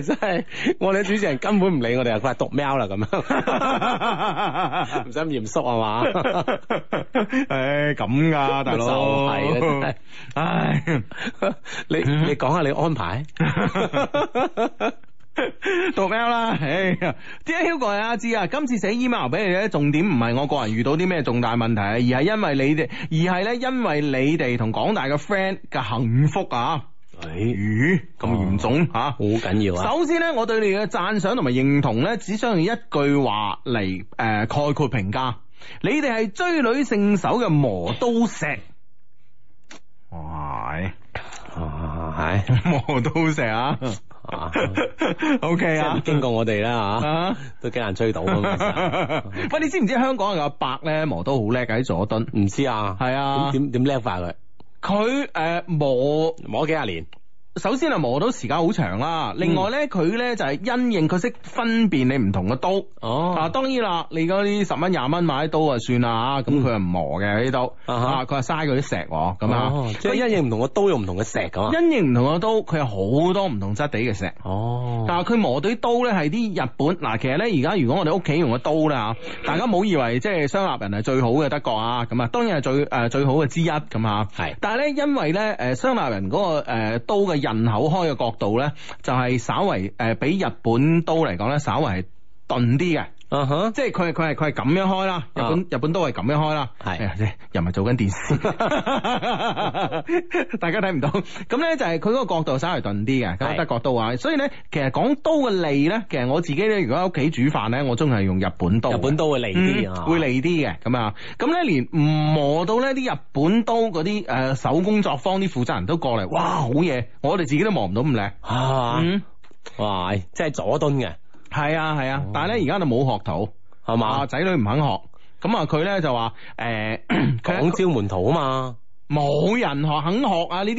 真係我哋啲主持人根本唔理我哋啊，佢係讀喵啦咁 樣，唔使咁嚴肅啊係嘛？
唉，咁噶，大佬，
就係啦
唉，
你
嗯
你講下你安排，
讀 mail 啦，唉，Dear Hugo 啊，知啊，今次寫 email 俾你咧，重點唔係我個人遇到啲咩重大問題啊，而係因為你哋，而係咧因為你哋同廣大嘅 friend 嘅幸福啊，咦，咁嚴重吓？
好緊要啊！
首先咧，我對你嘅讚賞同埋認同咧，只需要用一句話嚟誒、呃概括評價。你哋係追女聖手嘅磨刀石。哇！哎
啊係
磨刀石啊
啊，
！O K
即係
啊
唔。經過我哋啦嚇，
啊！
都幾難追到㗎嘛其實。
喂，你知唔知香港有個阿伯咧磨刀好叻嘅喺佐敦？
唔知啊，
係啊
點點點叻法佢
佢誒、呃磨，
摸幾廿年，
首先係啊磨到時間好長啦。另外咧，佢咧就係、因應佢識分辨你唔同嘅刀。啊，
哦，
當然啦，你嗰啲十蚊廿蚊買刀啊算啦嚇，咁佢係唔磨嘅呢刀，
嗯啊哈
啊佢係嘥嗰啲石喎，咁啊
哦，即係因應唔同嘅刀用唔同嘅石咁啊，
因形唔同嘅刀，佢有好多唔同質地嘅石。
哦，
但係佢磨到啲刀咧係啲日本嗱，其實咧而家如果我哋屋企用嘅刀啦嚇，大家唔好以為即係雙立人係最好嘅德國啊，咁啊當然係最誒、呃最好嘅之一咁啊。
係
但係咧因為咧誒雙立人嗰、個、呃、刀嘅刃口開嘅角度咧，就係、稍為誒、呃比日本刀嚟講咧，稍為係鈍啲嘅。
啊哈，
即係佢係佢係佢係咁樣開啦，日本、
啊
日本都係咁樣開啦，
係
哎呀即係又唔係做緊電視， 大家睇唔到。咁咧就係佢嗰個角度稍微鈍啲嘅，咁
係
德國刀啊。所以咧，其實講刀嘅利咧，其實我自己咧，如果喺屋企煮飯咧，我中意係用日本刀嘅。啊
日本刀會利啲
嗯
啊，
會利啲嘅咁啊，咁咧連磨到咧啲日本刀嗰啲誒手工作坊啲負責人都過嚟，哇好嘢！我哋自己都磨唔到咁靚。
啊，
嗯，
哇，即係佐敦嘅
係啊係啊
哦，
但係咧而家就冇學徒。
係
啊
嘛？
仔女唔肯學，咁啊佢咧就話誒，
廣
佢
招門徒啊嘛，
冇人學肯學啊呢
咁啊
啲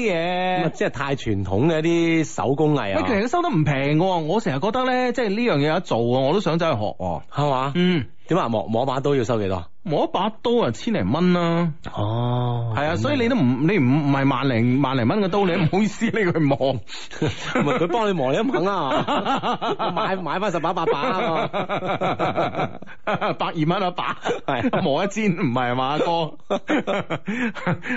嘢。
即係太傳統嘅一啲手工藝
喂，其實
啊，
佢收得唔平嘅喎，我成日覺得咧，即係呢樣嘢有得做啊，我都想走去學喎。
係嘛？
嗯，
點啊摸摸把刀要收幾多？
摸一把刀啊，千零蚊啦，
哦
係啊，所以你都唔你唔唔係萬零萬零蚊嘅刀，你唔好意思你去 摸。
唔係啊佢幫你磨你都唔肯啊， 我買買翻十把八把啊嘛，
百二蚊一把，
係啊
磨一煎唔係嘛，阿哥，係啦，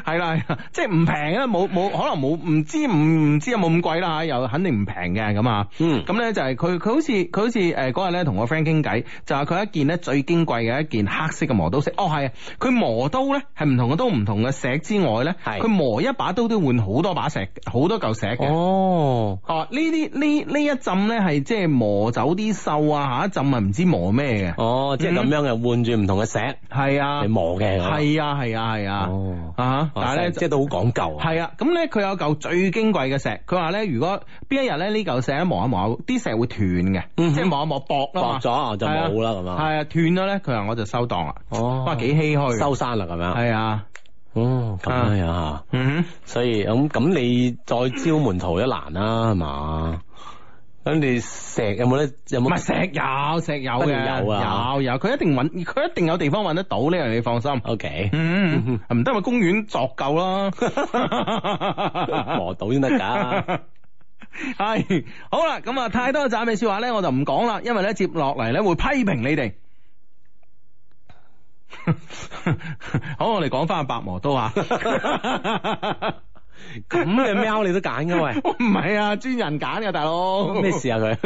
係啦即係唔平啊，冇冇可能冇唔知唔唔知有冇咁貴啦，又肯定唔平嘅咁啊。
嗯
咁咧就係佢佢好似佢好似誒嗰日咧同我 friend 傾偈，就係佢一件咧最矜貴嘅一件黑色嘅磨刀石。哦係啊，佢磨刀咧係唔同嘅刀唔同嘅石之外咧，
係
佢磨一把刀都換好多把石，好多嚿石嘅。
哦。
哦，呢啲呢呢一浸咧係即係磨走啲鏽啊，下一浸係唔知磨咩嘅。
哦，即係咁樣嘅，換住唔同嘅石
係嗯啊
嚟，磨嘅，
係啊，係啊，係啊，
哦，
啊，但
但
係
係
咧
咧，即係都好講究啊，
係啊，咁咧佢有嚿最矜貴嘅石，佢話咧如果邊一日咧呢嚿石一磨一磨，啲石會斷嘅，
嗯哼
即係磨一磨薄啦嘛
薄咗就冇啦咁啊，
哦係啊，斷咗咧，佢話我就收檔啦。
哦
哇，幾唏噓。
收山啦咁樣，
係啊，
哦，咁樣樣嚇。
嗯哼。
所以咁咁你再招門徒一難啦，係嘛？咁你石有冇咧？有
唔
冇
係石有石有
不如
嘅，
有啊
有有，佢一定揾，佢一定有地方揾得到呢樣，你放心。
？O K，
嗯，唔得咪公園作夠啦。
磨到先得㗎。
係好啦，咁啊太多讚美說話咧，我就唔講啦，因為咧接落嚟咧會批評你哋。 好，我哋講翻白磨刀啊！
咁嘅喵你都揀㗎喂？
唔啊
啊
係啊，專人揀嘅大佬，
咩事啊佢？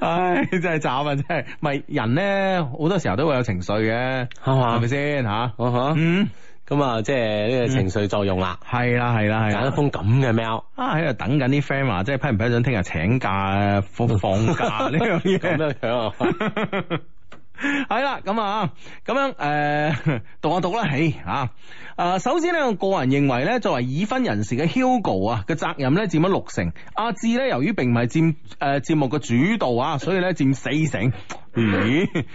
唉，真係慘啊！真係，咪人咧好多時候都會有情緒嘅，
係嘛
係咪先吓？
啊哈
嗯，
咁啊，即係呢個情緒作用啦，
係啦係啦係啊
揀一
啦。
封咁嘅 mail，
啊！喺度等緊啲 friend 話，即係批唔批准聽日請假、放 放假 呢樣嘢
咁樣樣啊，
系啦，咁啊，咁樣诶、呃， 讀下讀啦，唉啊，啊，首先咧，我個人認為咧，作為已婚人士嘅 Hugo 啊，嘅責任咧佔咗六成，阿志咧由於並唔係佔诶節目嘅主導啊，所以咧佔四成。咦， 咁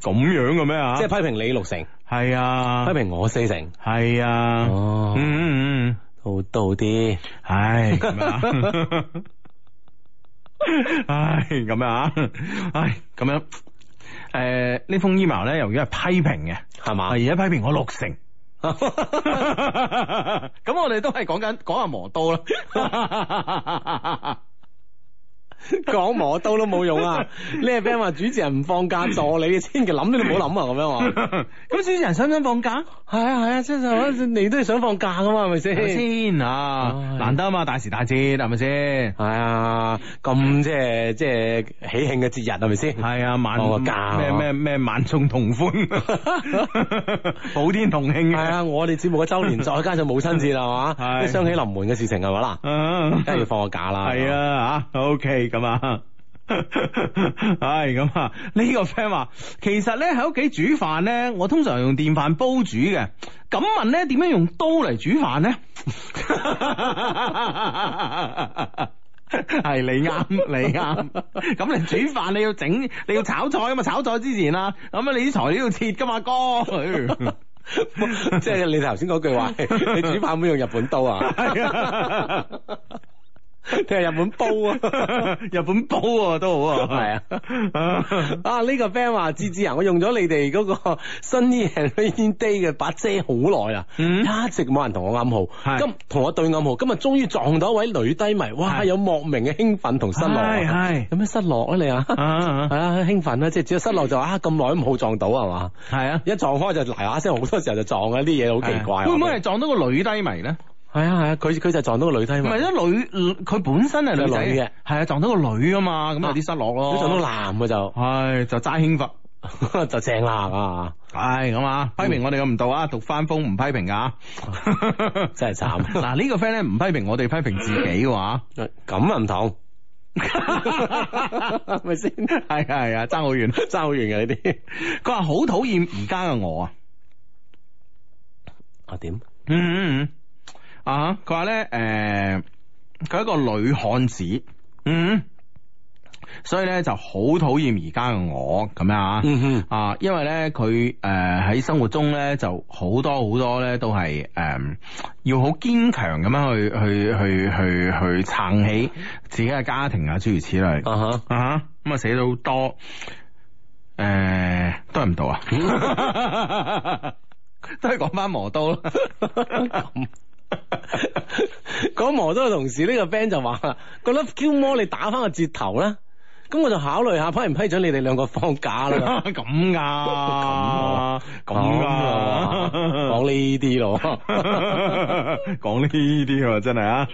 樣嘅咩啊？
即係批評你六成，
係啊
批，評我四成，
係啊，
哦
嗯嗯嗯。
到到啲，
唉，咁樣啊，唉，咁樣啊，唉，咁樣，诶、呢封 email 咧，由於係啊批評嘅，
係嘛
而？家批評我六成。咁我哋都係講緊講下磨刀啦，
講磨刀都冇用 啊！呢個 friend 話主持人唔放假助理，千祈諗都唔好諗啊！咁樣話，
咁主持人想唔想放假？
係啊係啊，即係你都係想放假噶嘛，係咪
係咪
先？
先啊
唉，
難得啊嘛，大時大節係咪先？
係啊，咁即係即係喜慶嘅節日係咪先？
係啊，萬
放個假啊
咩咩咩萬眾同歡， 普天同慶
係啊，我哋節目嘅周年，再加上母親節啦，係 嘛？
係
一想起臨門嘅事情係咪 啦？
啊
梗係要放個假啦。
系，啊，吓，OK 咁啊。 唉，咁啊，呢、個 friend 話，其實咧喺屋企煮飯咧，我通常用電飯煲煮嘅。咁問咧，點樣用刀嚟煮飯咧？ 係你啱，你啱。咁你煮飯你要整，你要炒菜啊嘛，炒菜之前啊，咁啊你啲材料要切噶嘛，哥。
即係你頭先嗰句話，你煮飯會用日本刀啊？
係啊。
定係日本煲啊？
日本煲啊，都好啊，
係
啊，
啊！呢、個 friend 話：芝芝啊，我用咗你哋嗰個新 Year and Rainy Day 嘅把遮好耐啦，
嗯
一直冇人同我暗號，
係
今同我對暗號，今日終於撞到一位女低迷，哇！
係
有莫名嘅興奮同失落啊，
係係
有咩失落啊 你啊？
啊啊
係啊，興奮啦，即係只有失落就啊咁耐都冇撞到係嘛？
系啊，
一撞開就嗱嗱聲，好多時候就撞啊啲嘢好奇怪。
會唔會係撞到個女低迷咧？
係啊係啊？佢佢就撞到個女低
唔
迷，
係，
佢
因為女佢本身係女仔
佢係女嘅，
係啊，撞到個女啊嘛，咁有啲失落咯。
撞到男嘅就
係就齋興奮。
就正啦 啊！
唉，咁啊，批評我哋嘅唔到啊，讀翻封唔批評噶，
真係慘啊
嗱，呢個 friend 咧唔批評我哋，批評自己嘅 話，
咁啊唔同， 係咪先？
係啊係啊，爭好遠。
爭好遠嘅呢啲。
佢話好討厭而家嘅我啊。
啊點？
嗯嗯嗯，啊，佢話咧，诶、佢係一個女漢子，嗯，所以咧就好討厭而家嘅我咁樣啊。
嗯哼，
啊，因為咧佢诶喺生活中咧就好多好多咧都係诶、誒要好堅強咁樣去去去去去撐起自己嘅家庭啊，諸如此類。
啊哈，
啊哈，咁啊寫咗好多，诶、都係唔到啊， 都係講翻磨刀啦。
講磨刀嘅同事呢個 friend 就話啦，個 Love Q More 你打翻個折頭啦，咁我就考慮下批唔批准你哋兩個放假 啦。
咁噶，咁
啊
噶，
講呢啲咯。
講呢啲啊，真係啊，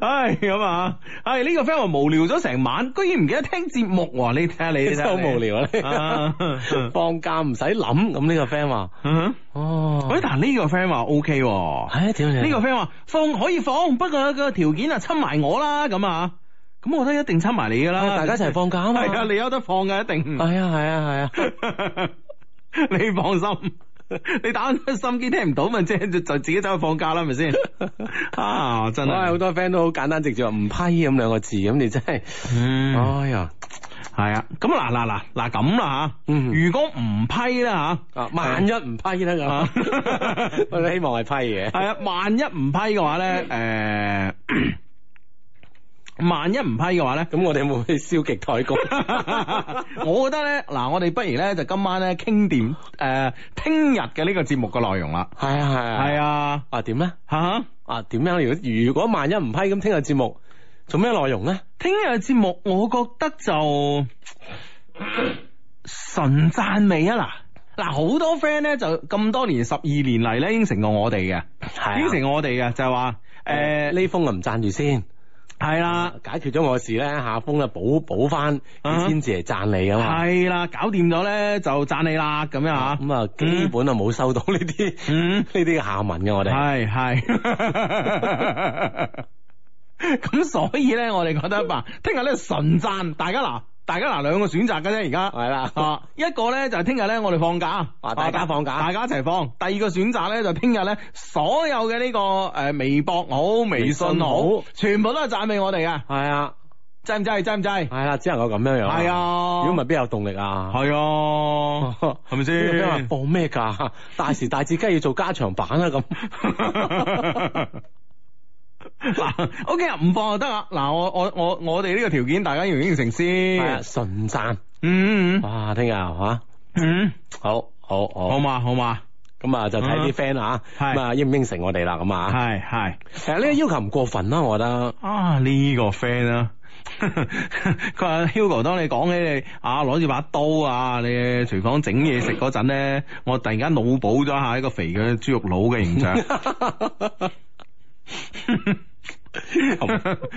唉咁啊，唉呢個 friend 話無聊咗成晚，居然唔記得聽節目喎，你睇下你，你睇下
真係
你
好無聊啊！
啊
你放假唔使諗，咁呢個 friend 話，
嗯
哦，哎
喂，但係呢個 friend 話 O K 喎。
係點
呢
呢
個 friend 話放可以放，不過個條件啊親埋我啦咁啊，咁我覺得一定親埋你噶啦，
大家一齊放假啊嘛，
係啊，你有得放噶一定，
係啊係啊係啊，
你放心。 你打開心機聽唔到咪即係就自己走去放假啦，係咪先？ 啊，真
哇好
係，
多 friend 都好簡單直接話唔批咁兩個字，咁你真係，
嗯，
哎呀，
係啊，咁嗱嗱嗱嗱咁啦吓，
嗯
如果唔批啦吓，
啊萬一唔批咧
啊
咁， 我哋希望係批嘅。
係啊，萬一唔批嘅話咧， 誒， 萬一唔批嘅話咧。
咁我哋會唔會消極 怠工？啊
我覺得咧，嗱，我哋不如咧就今晚咧傾掂誒聽日嘅呢個節目嘅內容啦。
係啊係啊
係啊，
啊點咧？
嚇！
啊點樣？如果如果萬一唔批，咁聽日節目做咩內容咧？
聽日嘅節目我覺得就純讚美啊嗱。嗱，好多 friend 咧就咁多年十二年嚟咧應承過我哋嘅，
係
啊 應承我哋嘅就係話誒
呢封啊唔贊住先，
係啦。
解決咗我嘅事咧，夏風咧補補翻，佢先至嚟讚你啊嘛。
係啦，搞掂咗咧就讚你啦，咁樣吓。
咁啊，基本啊冇收到呢啲
嗯
呢，啲嘅下文嘅我哋。
係係。 咁所以咧，我哋覺得嗱，聽日咧純讚，大家嗱，大家嗱兩個選擇嘅啫，而家。
係啦，
啊，一個咧就係聽日咧，我哋放假，
啊大家放假
大家一齊放。第二個選擇咧就聽日咧，所有嘅呢個誒微博好、微信好
微信好，
全部都係讚美我哋嘅，
係啊，
制唔制？制唔制？係
係啦，啊只能夠咁樣樣。
係啊
如果唔係邊有動力啊？
啊， 係咪
你話
先？
報咩 㗎？大時大節梗係要做加長版啦 咁。
嗱，OK 啊，唔放就得啦。嗱，我我我我哋呢個條件，大家要唔要應承
係啊，
先？
純讚。
嗯嗯
哇，聽日啊嚇，
嗯，
好好
好
好，
嘛好嘛，
咁啊就睇啲 friend 啊，
係
咁啊應唔應承我哋啦咁啊。
係係。
其實呢個要求唔過分啦，我覺得。
啊呢、個 friend 啊， 佢話 Hugo，當你講起你啊攞住把刀啊，你廚房整嘢食嗰陣咧，我突然間腦補咗一下一個肥嘅豬肉佬嘅形象。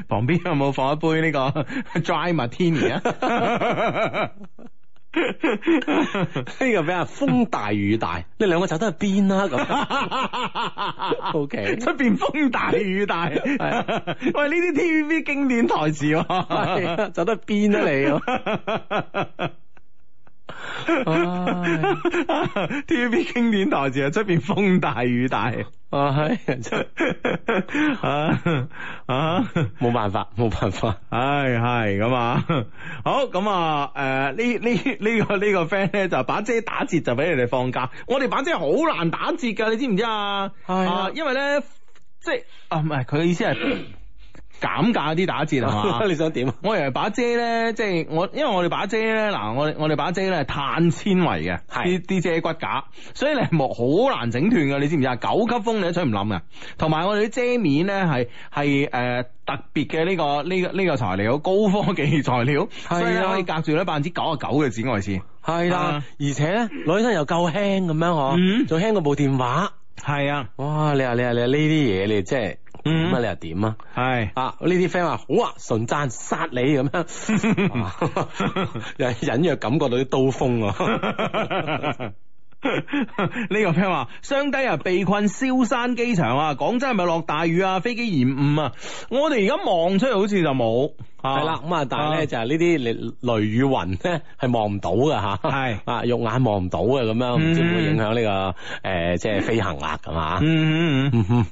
旁邊有冇放一杯呢個 dry martini 啊？
呢個俾人風大雨大，你兩個走得去邊啊啦咁。O K，
出邊風大雨大，喂呢啲 TVB 經典台詞喎。
走得去邊啦你咁。
哎
唉
TVB 經典台詞啊，出邊風大雨大，
唉，真係
啊啊！
冇辦法，冇辦法。
唉，係咁啊，好咁啊，誒、呢呢呢個呢、個 friend 咧就把遮打折就俾你哋放假，我哋把遮好難打折噶，你知唔知啊？
係啊
因為咧即係啊，唔係佢嘅意思係 減價啲打折係嘛？
你想點啊？
我以為把遮咧，即係我，因為我哋把遮咧，嗱，我我哋把遮咧係碳纖維嘅，
係
啲啲遮骨架，所以你係冇好難整斷嘅，你知唔知啊？九級風你都吹唔冧嘅，同埋我哋啲遮面咧係係誒特別嘅呢個呢、個呢、個材料，高科技材料，
啊
所以咧可以隔住咧百分之九啊九嘅紫外線。
係啦
啊，
而且咧攞起身又夠輕咁樣
嗯
嗬，仲輕過部電話。
係啊，
哇！你話你話你話呢啲嘢，你真係
嗯
咁啊！你又點啊？
係。
啊！呢啲 friend 話好啊，純讚殺你咁 樣，哇又隱約感覺到啲刀鋒
哦
啊！
呢個 friend 話：雙低啊，被困蕭山機場啊，廣州係咪落大雨啊？飛機延誤啊！我哋而家望出去好似就冇，係
係啦，咁啊，但係
哦
咧就係呢啲雷雷雨雲咧係望唔到嘅吓，
係
啊肉眼望唔到嘅咁樣，唔知會唔會
嗯
影響呢個誒即係飛行啦咁啊。
嗯嗯嗯，
嗯哼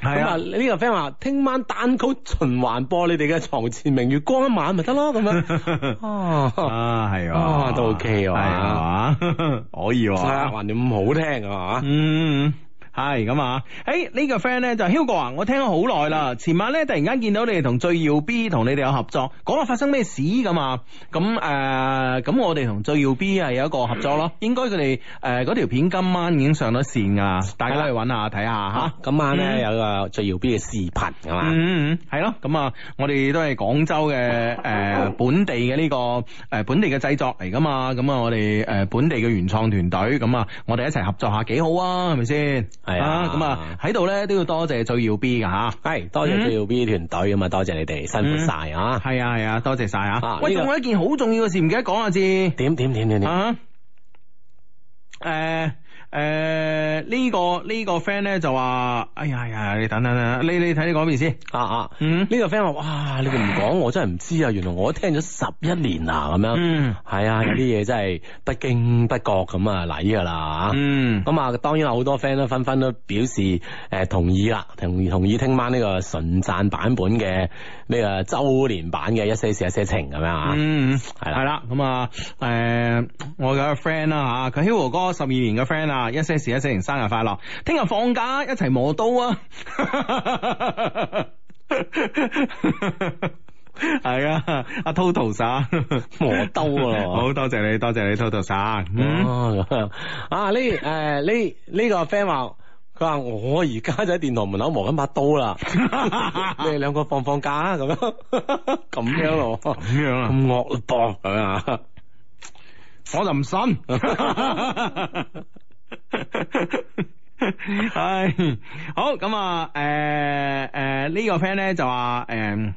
係
咁啊！
啊。
呢個 friend 話聽晚單曲循環播你哋嘅床前明月光一晚咪得咯，咁樣哦，
啊，係啊
啊，都 OK
係
喎
啊， 可以
係啊，
喎。
橫掂咁好聽啊嚇，
嗯，係咁啊！誒、呢、個 friend 咧就 Hugo 啊，我聽咗好耐啦。前晚咧突然間見到你哋同最耀 B 同你哋有合作，講下發生咩事咁啊！咁誒，呃咁、我哋同最耀 B 係有一個合作咯。應該佢哋誒嗰條片今晚已經上咗線噶啦，大家去揾下睇下吓。
今晚
嗯
咧啊有個最耀 B 嘅視頻係嘛。
嗯，嗯嗯係咯，咁啊，我哋都係廣州嘅誒、呃本地嘅呢、個誒、呃本地嘅製作嚟噶嘛，咁啊我哋誒、呃本地嘅原創團隊，咁啊我哋一齊合作下幾好啊，係咪先？
係啊
咁啊喺度咧都要多謝最耀 B 噶吓。
係，多
嗯
謝 JUB 團隊咁啊，多謝你哋辛苦晒啊！
係啊係啊，多謝晒啊
啊！
喂，
呢個
仲有一件好重要嘅事唔記得講啊，志。
點點點點點，
啊！誒誒，呢個呢個 friend 咧就話，哎呀哎呀，你等等等，你你睇你嗰邊先。
啊啊！
嗯
呢個 friend 話：哇，你哋唔講我真係唔知啊！原來我聽咗十一年啦，咁樣
嗯
係啊，有啲嘢真係不經不覺咁啊嚟噶啦
嗯。
咁啊，當然啦，好多 friend 都紛紛都表示誒、呃同意啦，同意同意聽晚呢個純讚版本嘅呢個周年版嘅一些事一些情咁樣啊，
嗯，
係啦
係啦，咁啊，誒，我有個 friend 啦吓，佢 Hugo 哥十二年嘅 friend 啊，一些事一些情生日快樂，聽日放假一齊磨刀啊！係啊，阿 Totos 啊，
磨刀啊
好多謝你，多謝你 Totos 啊，嗯，
哦咁樣啊呢誒呢呢個 friend 話。佢話：我而家就喺電台門口磨緊把刀啦， 你哋兩個放放假啊，咁樣咁樣咯，咁
咁樣啊，
惡咯噃，咁樣啊，
我就唔信。唉，好咁啊，誒誒呢個 friend 咧就話誒。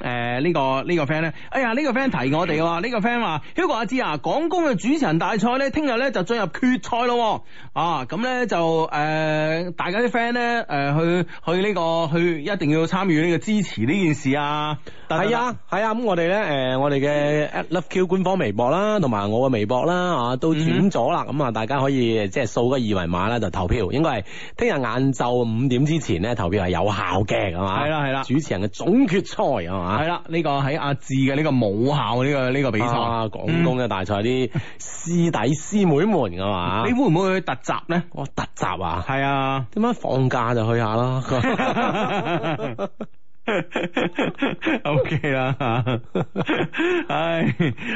诶呢個呢、個 friend 咧，哎呀呢、個 friend 提我哋喎，呢、個 friend 話 Hugo 阿芝啊，廣工嘅主持人大賽咧，聽日咧就進入決賽咯喎，啊咁咧就诶、誒大家啲 friend 咧诶去去呢、個去一定要參與呢個支持呢件事啊，
係啊，係啊，咁我哋咧，诶，我哋嘅 at love q 官方微博啦，同埋我嘅微博啦，啊，都
嗯
轉咗啦，咁啊，大家可以即係掃個二維碼啦，就投票，應該係聽日晏晝五點之前咧，投票係有效嘅，係嘛？
係啦係啦
主持人嘅總決賽係嘛？
係啦，呢、個喺阿志嘅呢個母校呢、個呢、個比賽，嗯
啊，廣工嘅大賽啲師弟師妹們係嘛？
你會唔會去突襲咧？
哇，特集啊！
係啊。
點解放假就去下啦？啊
O K 啦，唉，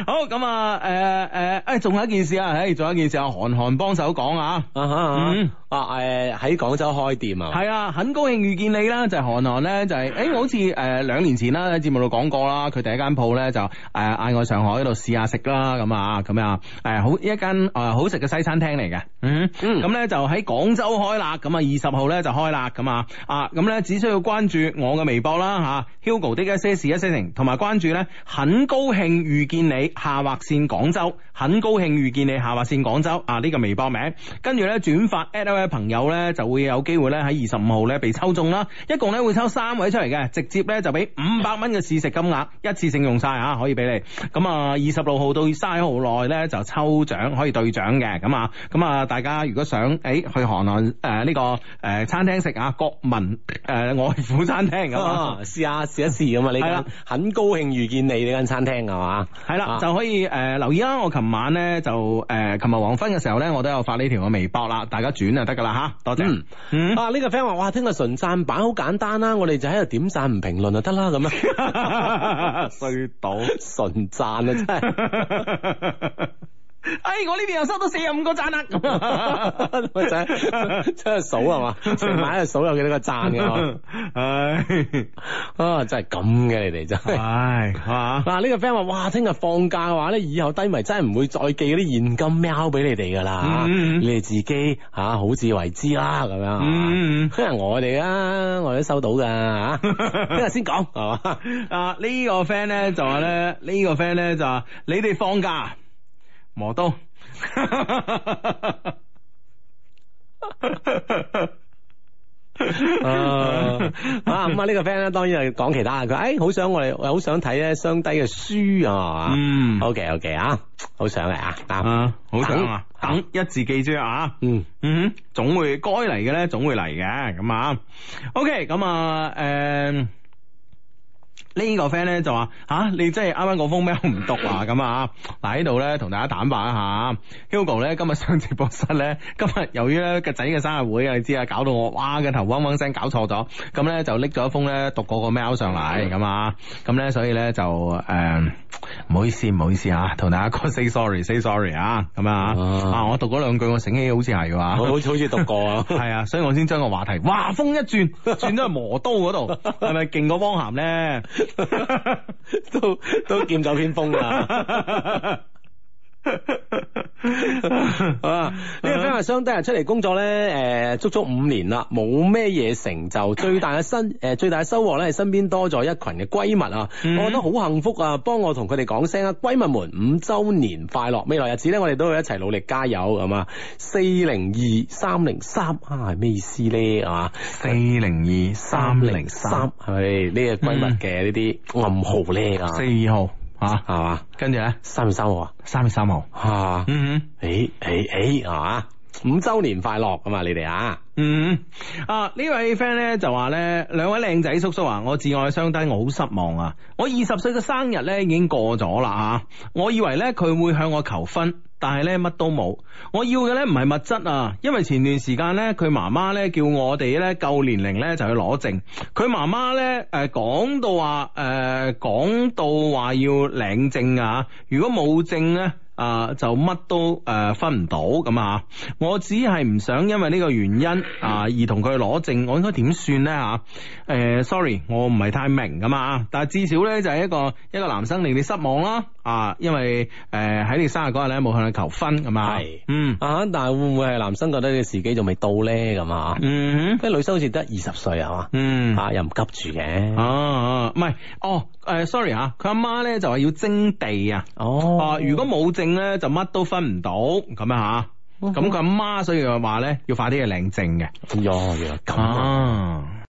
好咁啊，诶诶，诶，仲有一件事啊，诶，仲有一件事啊，韓寒幫手講啊。
啊哈啊
嗯
哈啊誒喺廣州開店啊！
係啊，很高興遇見你啦，就係韓寒咧，就係、诶，我好似誒兩年前啦喺節目度講過啦，佢第一間鋪咧就誒嗌我上海嗰度試下食啦，咁啊咁啊誒好一間誒、呃好食嘅西餐廳嚟嘅，嗯，咁咧、就喺廣州開啦，咁啊二十號咧就開啦，咁啊啊咁咧只需要關注我嘅微博啦嚇、Hugo 的一些事一些情，同埋關注咧很高興遇見你下劃線廣州，很高興遇見你下劃線廣州啊呢、個微博名，跟住咧轉發 at 一位朋友咧就會有機會咧喺二十五號咧被抽中啦，一共咧會抽三位出嚟嘅，直接咧就俾五百蚊嘅試食金額，一次性用晒啊，可以俾你。咁啊，二十六號到三十號內咧就抽獎可以對獎嘅，咁啊，咁啊，大家如果想誒、哎去韓南誒呢個誒、呃餐廳食啊國民誒、呃外府餐廳咁啊
啊，。試下試一試咁啊！呢
係啦
間很高興遇見你呢間餐廳係嘛？
系啦，
啊
就可以诶、呃留意啦。我琴晚咧就诶，琴、日黃昏嘅時候咧，我都有發呢條嘅微博啦，大家轉就得噶啦吓，多謝。
嗯
嗯
啊！呢個 friend 話：哇，聽日純贊版好簡單啦，我哋就喺度點贊唔評論就啊得啦咁 樣。
衰到。
純贊啊，真 係
哎，我呢邊又收到四十五個讚啦，咁啊
真係真係數係 嘛？成晚喺度數有幾多個贊嘅係嘛
唉
啊！真係咁嘅你哋真
啊
係。
唉，係嘛？
嗱，呢個 friend 話：哇，聽日放假嘅話咧，以後低迷真係唔會再寄嗰啲現金喵俾你哋噶啦，
嗯嗯嗯
你哋自己嚇、啊好自為之啦，咁樣。
嗯嗯嗯
因為 我哋啊，我哋都收到噶嚇，聽日先講係嘛？
啊，呢、個 friend 咧就話咧，呢、個 friend 咧就話你哋放假啊磨 刀。
啊啊咁啊！呢個 friend 咧，當然係講其他。佢誒好想我哋，好想睇咧雙低嘅書啊，係嘛
嗯
？OK OK 啊，好想嚟啊，啱。
啊，好想啊，等一字記住啊。
嗯，
嗯哼，總會該嚟嘅咧，總會嚟嘅咁啊。OK，咁啊，誒、呢個 friend 咧就話吓、啊你真係啱啱嗰封 mail 唔讀啊咁啊！嗱喺度咧同大家坦白一下，Hugo 咧今日上直播室咧，今日由於咧個仔嘅生日會啊，你知啊，搞到我哇嘅頭嗡嗡聲，搞錯咗，咁咧就拎咗一封咧讀過個 mail 上嚟咁啊，咁咧所以咧就誒唔、好意思唔好意思啊，同大家講 say sorry say sorry 啊，咁啊
啊
啊我讀嗰兩句我醒起好似係
我
話。
好似好似讀過啊。
系啊，所以我先將個話題哇風一 轉，轉咗去磨刀嗰度，係咪勁過汪涵咧？
都都劍走偏鋒啊！啊！呢個 friend 話相低啊，出嚟工作咧，誒、足足五年啦，冇咩嘢成就，最大 嘅身誒、最大嘅收穫咧係身邊多咗一群嘅閨蜜啊，
嗯
我覺得好幸福啊！幫我同佢哋講聲啊，閨蜜們五週年快樂！未來日子咧，我哋都會一齊努力加油咁啊！四零二三零三啊，係咩意思咧？係嘛？
四零二三零三
303係咪呢個閨蜜嘅呢啲暗號咧？啊，
四號啊，
係嘛？
跟住咧
三月三號啊！
三月三號，
啊
嗯
诶诶诶，啊！五周年快樂咁嘛，你哋啊，
嗯啊呢位 friend 咧就話咧兩位靚仔叔叔啊，我至愛相低，我好失望啊！我二十歲嘅生日咧已經過咗啦吓，我以為咧佢會向我求婚。但係咧乜都冇，我要嘅咧唔係物質啊，因為前段時間咧佢媽媽咧叫我哋咧夠年齡咧就去攞證，佢媽媽咧誒講到話誒講到話要領證啊，如果冇證咧啊、就乜都誒、呃分唔到咁啊！我只係唔想因為呢個原因啊、而同佢攞證，我應該點算咧嚇？誒、s o r r y 我唔係太明咁啊，但係至少咧就係、一個一個男生令你失望啦啊！因為誒呃喺、你生日嗰日咧冇向你求婚咁啊，
係
嗯
啊，但係會唔會係男生覺得呢個時機仲未到咧咁啊？
嗯哼
跟住女生好似得二十歲係嘛？
嗯。
啊，又唔急住嘅。
啊，唔係，哦，誒、s o r r y 啊，佢阿媽咧就話要徵地啊，
哦
啊，如果冇證咧就乜都分唔到咁啊吓，咁佢阿媽所以就話咧要快啲去領證嘅，
哎呀，原來咁啊。
啊，